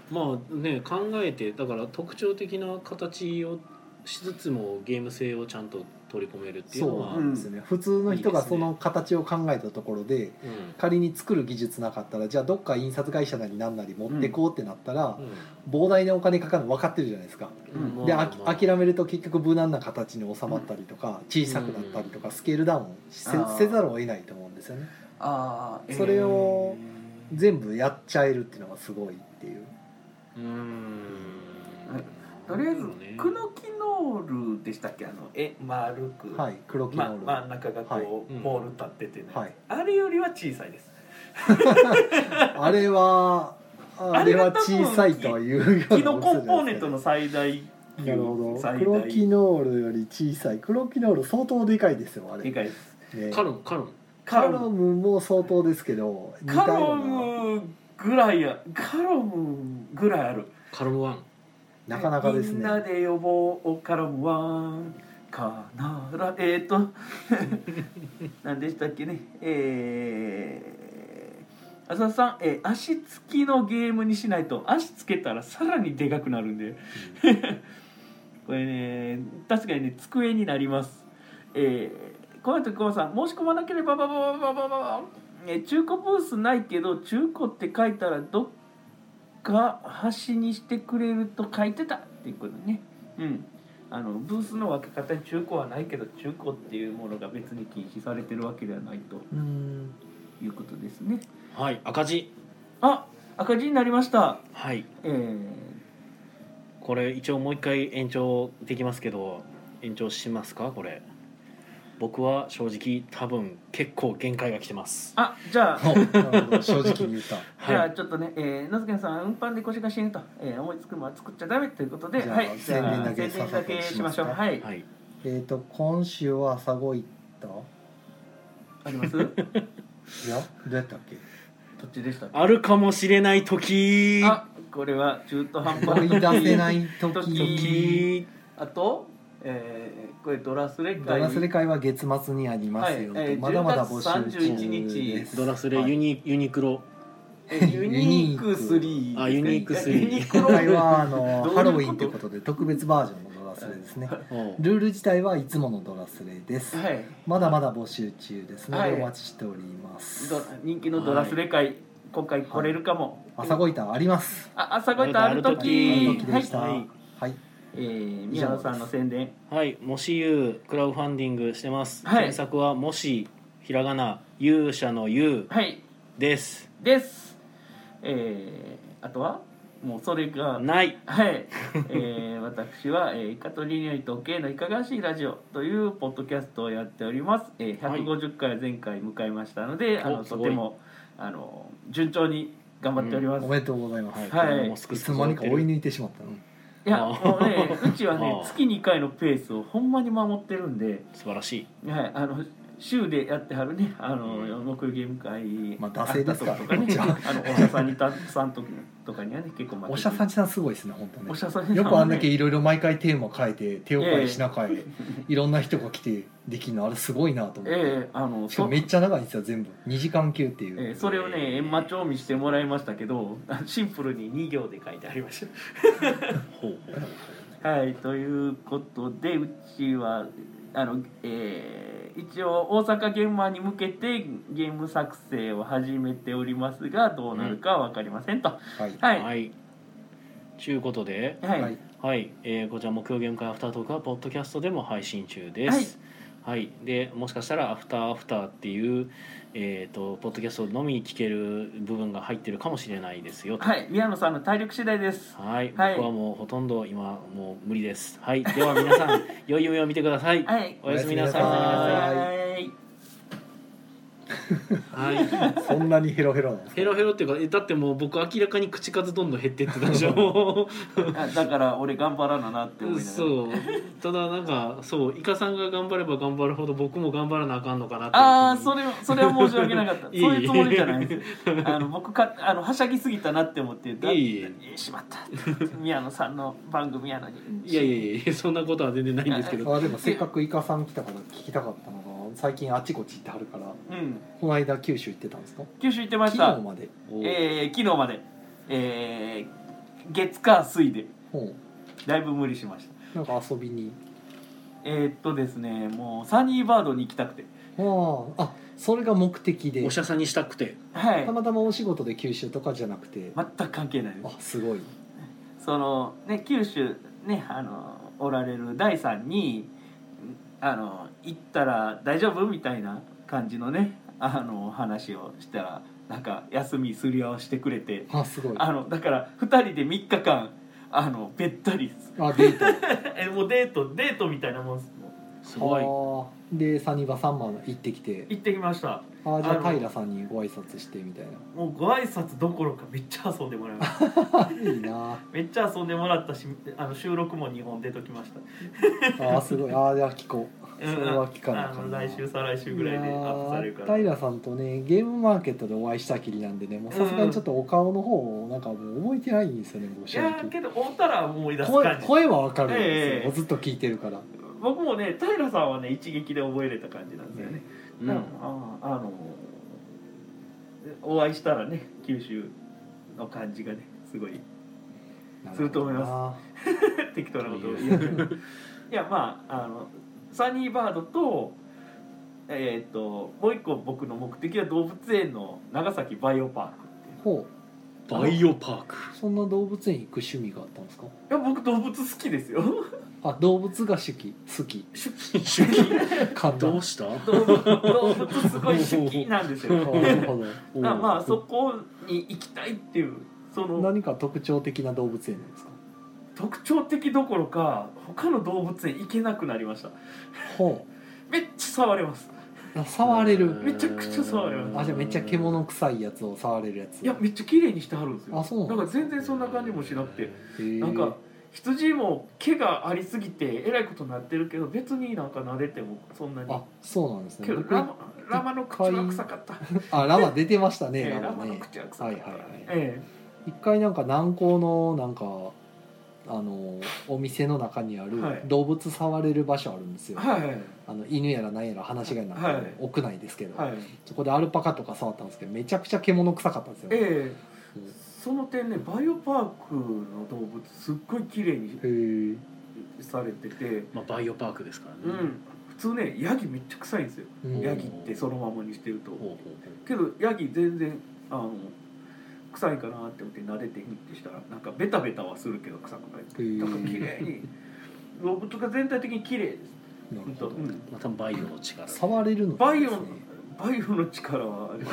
A: まあね考えてだから特徴的な形をしつつもゲーム性をちゃんと取り込めるっていうの
B: そう
A: は、
B: な
A: うん
B: んですよね、普通の人
A: いい
B: が
A: ですね
B: その形を考えたところで仮に作る技術なかったらじゃあどっか印刷会社なりなんなり持ってこうってなったら、膨大なお金かかるの分かってるじゃないですか、
C: うん
B: で
A: ま
B: あ
A: あ
B: き
A: まあ
B: 諦めると結局無難な形に収まったりとか、小さくなったりとか、スケールダウンせ
C: あー
B: せざるを得ないと思うんですよね
C: あー
B: それを
C: えー
B: 全部やっちゃえるっていうのがすごいっていう
A: うーん
C: とりあえず
A: ね
C: クノキノールでしたっけあの
D: え丸く、
B: はい黒木
D: ま、
B: のル、
D: 真ん中がこう、
B: はい
A: うん
D: モール立っててね、
B: はい
D: あれよりは小さいです
B: あれ はあれは小さいとは言うよう
C: 木のコンポーネント
B: な
C: の最大級
B: なるほど
C: 最
B: 黒
C: 大
B: キノールより小さい黒キノール相当でかいですよあれ
C: でかいです
B: ね
A: カロンカロン
B: カロムも相当ですけど似たよう
C: カ
B: な
C: ロムぐらいやカロムぐらいある
A: カロンワン
B: なかなかです
C: みん
B: ね
C: なで呼ぼうカロムはかならえっ、ー、と何でしたっけねえー、浅田さん、えー足つきのゲームにしないと足つけたらさらにでかくなるんでこれね確かにね机になりますえー、この時コマさん申し込まなければばばばばばばばえ中古ブースないけど中古って書いたらどっか端にしてくれると書いてたっていうことねうんあのブースの分け方に中古はないけど中古っていうものが別に禁止されてるわけではないと
B: うん
C: いうことですね
A: はい赤字
C: あ赤字になりました
A: はい
C: えー、
A: これ一応もう一回延長できますけど延長しますかこれ僕は正直多分結構限界が来てます
C: あじゃあ
B: おなるほど正直に言った
C: じゃ
A: は
C: あ
A: い
C: ちょっとね、えー、のずけんさん運搬で腰が死ぬと、えー、思いつくものは作っちゃダメということで
B: じゃあ
C: はいじゃあ
B: 宣伝だけ
C: 宣伝だけしましょう
B: させて
C: はい、
A: はい
B: えっ、と今週は朝ごいった
C: あり ます
B: いやどうやったっけ
C: どっちでしたっけ
A: あるかもしれない時
C: あこれは中途半端
B: 思い出せないい時
A: 時
C: あと、えー、これドラスレ会
B: ガラスレ会は月末にありますよと、
C: はいえー
B: まだまだ募集
C: 10月
B: 中
C: 31
B: で
C: 日
B: す
A: ドラスレ
B: はい
A: ユニ,、ユニクロ
C: えユニーク3
A: あユニーク3
C: ユニク
B: 今
C: ロ
B: 回はあの
C: どういうこと
B: ハロウィンということで特別バージョンのドラスレですね
A: おう
B: ルール自体はいつものドラスレです
C: はい
B: まだまだ募集中ですの
C: はい
B: でお待ちしております
C: ドラ人気のドラスレ会、今回来れるかも、
B: 朝ごいたあります
C: あ朝ごいたある
A: い
B: あ
A: い
B: の
C: 時
B: 時でした
C: はい
B: はい、
C: えー、宮野さんの宣伝
A: はい、もしゆうクラウドファンディングしてます、
C: はい
A: 検索はもしひらがな勇者の勇
C: はい
A: です
C: ですえー、あとはもうそれが
A: ない
C: はい、えー、私は、えー、イカとリニョイと K のいかがわしいラジオというポッドキャストをやっております、えー、
A: はい
C: 150回前回迎えましたので、あの
A: おす
C: と
A: ごい
C: てもあの順調に頑張っております、
B: お
C: い
B: めでとうございます、
A: はい、
C: はい
A: これもうす
B: い、
A: くす
B: つ
A: く
B: の間にか追い抜いてしまったの
C: や
A: あー
C: もうねうちはね
A: あー
C: 月2回のペースをほんまに守ってるんで、
A: 素晴らしい
C: はい、あの週でやってはるねあの、木曜ゲーム会
B: まあ惰性ですから
C: とか
B: こ
C: ね
B: っちは
C: あのお医者さんにたさんととかにはね結構
B: おしゃさんちさんすごいですね本当ね
C: お医者さんにさん
B: よくあんだけいろいろ毎回テーマ変えて手を変え品変え、いろんな人が来てできるのあれすごいなと思って、
C: ええあの
B: しか
C: そ
B: もめっちゃ長いんですよ全部2時間級っていう、
C: ええそれをね円満帳見してもらいましたけど
D: シンプルに2行で書いてありました
A: ほうほうほう
C: はい、ということでうちはあの、えー一応大阪ゲーマーに向けてゲーム作成を始めておりますがどうなるかは分かりませんと、
B: はい、
C: はい、は
A: はいいちゅうことで
C: はい
B: はい
A: はい、えーこちら木曜ゲーム会アフタートークはポッドキャストでも配信中です。はい、でもしかしたらアフターアフターっていうえっ、とポッドキャストのみ聞ける部分が入ってるかもしれないですよと。
C: 宮野さんの体力次第です
A: はい、
C: はい
A: 僕はもうほとんど今もう無理です。はい、では皆さん良い夢を見てください。
C: はい
A: おやすみな
B: おや
A: さ
C: はい
A: い。はい。
B: そんなにヘロヘロなんですか
A: ヘロヘロっていうかえだってもう僕明らかに口数どんどん減ってってたでしょ。
C: あだから俺頑張らななって思いながら
A: そうただなんかそうイカさんが頑張れば頑張るほど僕も頑張らなあかんのかなって
C: ああそれそれは申し訳なかった
A: いえいえ
C: そういうつもりじゃないんですよあの僕かあのはしゃぎすぎたなって思ってだ
A: いえい
C: えしまった宮野さんの番組やのに
A: いやいやいやそんなことは全然ないんですけど
B: あでもせっかくイカさん来たから聞きたかったのが最近あっちこっち行ってはるから
C: うん
B: この間九州行ってたんですか
C: 九州行ってまし
B: 昨
C: た
B: 日まで
A: お
C: えー、昨日までえー、月火水で
B: うん
C: だいぶ無理しました
B: なんか遊びに
C: えー、っとですねもうサニーバードに行きたくて
B: あーあそれが目的で
A: おしゃさんにしたくて
C: はい
B: たまたまお仕事で九州とかじゃなくて、
C: 全く関係ないです
B: あすごい
C: そのね九州ねあのおられる第三にあの行ったら大丈夫みたいな感じのねあの話をしたらなんか休みすり合わせてくれて
B: あすごい
C: あのだから2人で3日間あのべったり
B: あデート
D: えもうデートデートみたいなもんですもう
A: すごい
B: あーでサニバサンマ行ってきて
D: 行ってきました
B: あーじゃ
D: あ
B: あ
D: の
B: 平さんにご挨拶してみたいな
D: もうご挨拶どころかめっちゃ遊んでもらいま した
B: いいな
D: めっちゃ遊んでもらったしあの収録も2本出ときました
B: あーすごいあーじゃあ聞こうそれは聞かな
D: あ
B: か
D: の
B: な
D: 来週再来週ぐらいでアップされるから
B: いやー平さんとねゲームマーケットでお会いしたきりなんでねもうさすがにちょっとお顔の方をなんかもう覚えてないんですよね僕
D: い
B: 正
D: やー
B: 直
D: けど会ったら思い出す
B: 声
D: 感じ
B: 声はわかるん
C: え
B: です
C: え
B: よずっと聞いてるから
D: 僕もね平さんはね一撃で覚えれた感じなんですよね、
A: うん
C: だからああのお会いしたらね九州の感じがねすごいすると思いま適当なことを言うけどいやまああのサニーバードとえっ、ともう一個僕の目的は動物園の長崎バイオパークっていう
B: すほ
A: バイオパ ーク
B: うそんな動物園行く趣味があったんですか
C: いや僕動物好きですよ
B: あ動物が手記好き
A: 主義
B: 簡単
A: ど
B: な
A: うした
C: 動物動物すごい好きなんですよ
B: るほ
A: おう
C: まあまあそこに行きたいっていうそ
B: ど
C: の
B: 何か特徴的な動物園なんですか
C: 特徴的どころか他の動物園行けなくなりました
B: ほ
C: めっちゃ触れます
B: うあ触れる
C: めちゃくちゃ触れます
B: あじゃあめっちゃ獣臭いやつを触れるやつ
C: いやめっちゃ綺麗にしてはるんですよ
B: あそう
C: だ
B: な
C: か
B: ん
C: ら
B: で
C: 全然そんな感じもしなくて
B: へー
C: なんか羊も毛がありすぎてえらいことになってるけど別になんか撫でてもそんなに
B: あそうなんですね
C: けど
B: 僕
C: ラマラマの口は臭 かった、
B: あラマ出てましたね
C: ええ
B: ラ
C: ラ
B: マ
C: マの
B: ね
C: 口は臭
B: は
C: かった、
B: いはいはい
C: え
B: 一回なんか南港のなんかあのお店の中にある
C: はい
B: 動物触れる場所あるんです
C: え
B: よ、
C: はいはい
B: あの犬やら何やら話がなんか、
C: はい
B: 屋内ですけど、
C: はい
B: そこでアルパカとか触ったんですけどめちゃくちゃ獣臭かったんですよ、
C: ええ
B: うん
C: その点ねバイオパークの動物すっごい綺麗に
B: へえ
C: されてて
A: まあバイオパークですからね
C: うん普通ねヤギめっちゃ臭いんですよ
B: うん
C: ヤギってそのままにしてると
A: ほうほ
C: けどヤギ全然あの臭いかなって思って撫でてみてしたらなんかベタベタはするけど臭くない
B: へー
C: なんか綺麗に動物が全体的に綺麗です
B: なる
C: 本当
B: ほ
C: う
B: ど
C: ん
A: うまたバイオの力が
B: 触れるの
C: バイオ
B: です
C: の
B: ね
C: バイオの力はあれ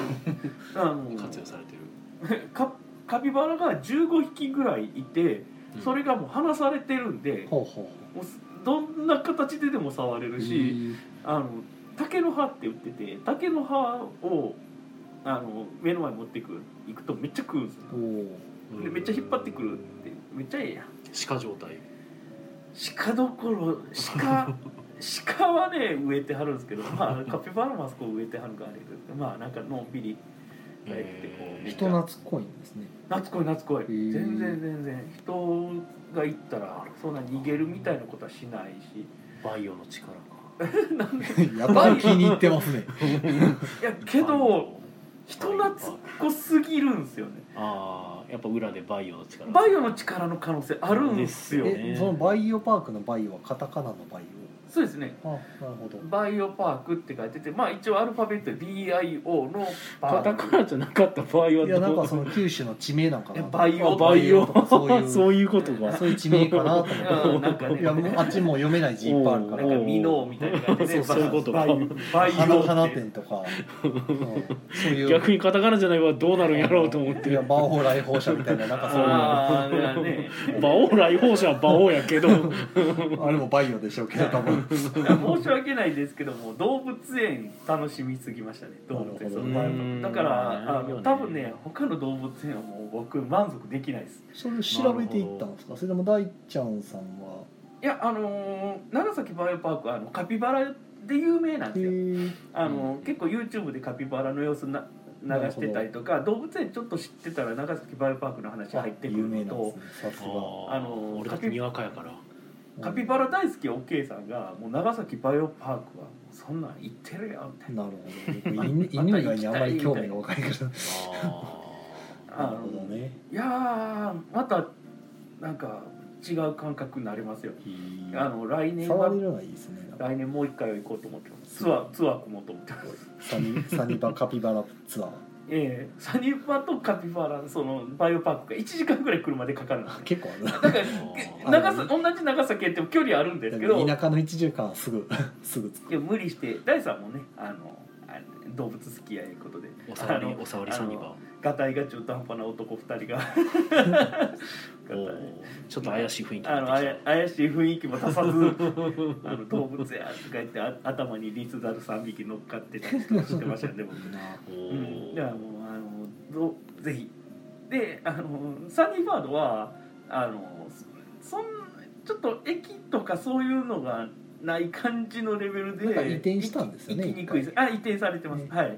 C: あの
A: 活用されてる
C: カカピバラが15匹ぐらいいて
A: うん
C: それがもう離されてるんで
B: ほうほ
C: もうすどんな形ででも触れ
B: う
C: る
B: へ
C: し
B: ー
C: あの竹の葉って売ってて竹の葉をあの目の前に持ってく行くとめっちゃ食うんですよ
B: おー
C: でめっちゃ引っ張ってくるってめっちゃええやん
A: 鹿状態
C: 鹿どころ鹿鹿はね植えてはるんですけど、まあ、カピバラもあそこ植えてはるからあれですけどまあなんかのんびり帰ってこう
A: えー
B: 人懐っこいんですね
C: 夏恋夏恋
B: ー
C: 全然全然人が行ったらそんな逃げるみたいなことはしない し
A: バイオの力か
B: やっぱり気に入ってますね
C: いやけ
A: バイ
C: ど
A: オ
C: 人懐っこすぎるんですよね
A: ああやっぱ裏でバイオの力
C: バイオの力の可能性あるんですよ
A: ですよね
B: えそのバイオパークのバイオはカタカナのバイ
C: そうですね
B: オあなるほど
C: バイオパークって書いててまあ一応アルファベットで BIO のパ
A: カ
C: ー
A: タ
C: ク
A: カナじゃなかった場合はい
B: やなんか そ
A: の
B: の九州の地名なんかな
C: えバイオ
A: バイオ
B: とかそうい う
A: そ
B: そう
A: ういうことか
B: いう地名かなと
C: う
B: 思
C: んなんか
B: っていやもうあっ
C: ね
B: ちも読めない字いっぱいあるか
C: な
B: ら
C: んかミノーみたいな感じで、
A: そうそういうことか
C: バイオバイ
B: 花
C: オ
B: 花
C: って
B: 店とか、うんそういう
A: 逆にカタカナじゃないはどうなるんやろうと思 って
B: いや魔法来訪者みたいななんかそういう
C: ああね
A: 馬王来訪者は馬王やけ ど
B: あれもバイオでしょうけど多分
C: いや申し訳ないですけども動物園楽しみすぎましたね動物園そ
B: なる
C: の
B: ほど
C: 前の
A: うん
C: だからあ
A: なる
C: の
A: よね
C: 多分ね他の動物園はもう僕満足できないです
B: それ調べていったんですかそれでも大ちゃんさんはい
C: やあのー長崎バイオパークはあのカピバラで有名なん
B: へ
C: ですよ
B: ー
C: あのー結構 YouTube でカピバラの様子な流してたりとか動物園ちょっと知ってたら長崎バイオパークの話入ってく
B: 有名
C: る
B: な
C: と
B: んですねさすが
A: あの俺だってにわかやから
C: カピバラ大好きおけいさんがもう長崎バイオパークはそんなん行ってるやんみたいな
B: なるほど犬 犬以外にあんまり興味が分かりません
A: あ
B: なるほどね
C: いやーまたなんか違う感覚になりますよ
A: ー
C: あの来年
B: 触
C: は
B: れるのがいいですねなんか
C: 来年もう一回は行こうと思ってますツアーツアー組もうと思ってます
B: サニサニバカピバラツアー
C: ええサニバとカピバラそのバイオパークが1時間ぐらい車でかかるんです
B: あ
C: よ
B: 結構あるな
C: だから
A: あ
B: ー
C: 長さ同じ長崎やっても距離あるんですけど
B: 田舎の一時間はすぐ すぐ着く
C: いや無理して大さんもねあのあ動物好きやいうことで
A: おさわ
C: あ
A: り
C: の
A: おさわりさんには
C: ガタイが中途半端な男2人が
A: おーちょっと怪しい雰囲気
C: あの
A: にな
C: あ
A: って
C: や怪しい雰囲気も出さずあの動物やとか言ってあ頭にリスザル3匹乗っかってたりとかしてましたよ ね僕、
A: きた
C: うん、だから
A: おー
C: もうあのどうぜひであのサニーバードはあのそんちょっと駅とかそういうのがない感じのレベルで
B: なんか移転したんですよね
C: 行きにくいですあ移転されてます、
B: ね
C: はい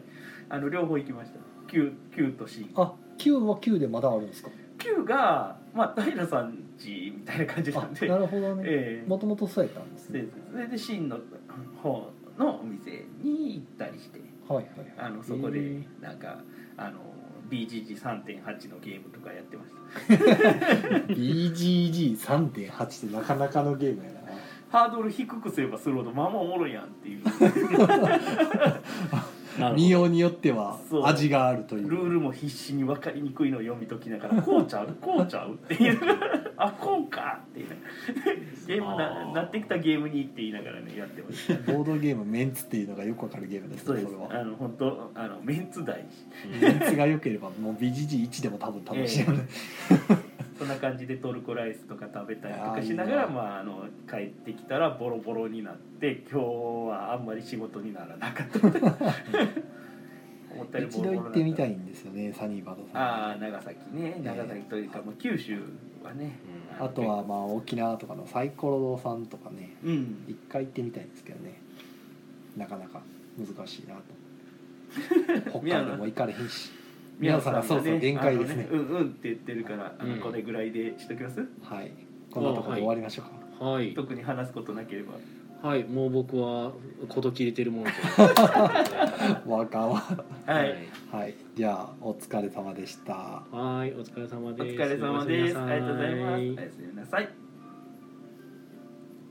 C: あの両方行きました旧旧都市
B: あ九は九でまだあるんですか
C: 旧がまあ平さん家みたいな感じな
B: あ
C: んで
B: なるほどね
C: ええ
B: もともとそうやったんです
C: で
B: ね
C: それで真の方のお店に行ったりして
B: はいはいはい
C: あのそこ
B: へ
C: で
B: え
C: なんか、あの BGG3.8 のゲームとかやってまし
B: BGG3.8 ってなかなかのゲームやな
C: たハードル低くすればするほどまあまあおもろいやんっていう
A: なるほど
B: 見ようによっては
C: そう
B: 味があるとい
C: ル
B: う
C: ールも必死に分かりにくいのを読み解きながらこうちゃうこうちゃうって言いながらあこうかって言いながらゲーム
A: あ
C: な
A: ー
C: なってきたゲームにって言いながらねやってました
B: ボードゲームメンツっていうのがよくわかるゲームです
C: そう
B: ね
C: で
B: そ
C: す
B: れは
C: あの本当あのメンツ大事
B: メンツが良ければもう BGG1 でも多分楽しいよね
C: そんな感じでトルコライスとか食べたりとかしなが
B: あ
C: ら
B: ーいい
C: まあ、あの帰ってきたらボロボロになって今日はあんまり仕事にならなかった 思ったより
B: 一
C: ボ
B: 度
C: ロボロ
B: 行ってみた
C: い
B: いんですよねサニーバードさん
C: ああ長崎ね長崎というか、まあ、九州はね
A: うん
B: あとはまあ沖縄とかのサイコロ堂さんとかね
C: うん
B: 一回行ってみたいんですけどねなかなか難しいなと北
C: 宮野
B: 海道も行かれへんし皆さんがそうそう限界ですね
C: あのうんうんって言ってるからあの、
A: うん
C: これぐらいでしときます
B: はいこんなところで終わりましょうか、
A: はい
C: 特に話すことなければ
A: はいもう僕は事切れてるもの
B: わかんわ
A: と
C: はい、
B: はいじゃあお疲れ様でした
A: はいお疲れ様
C: お
A: です
C: 疲れ様で
A: おやみ
C: す
A: なさ
C: ありがとうございますおやすみなさい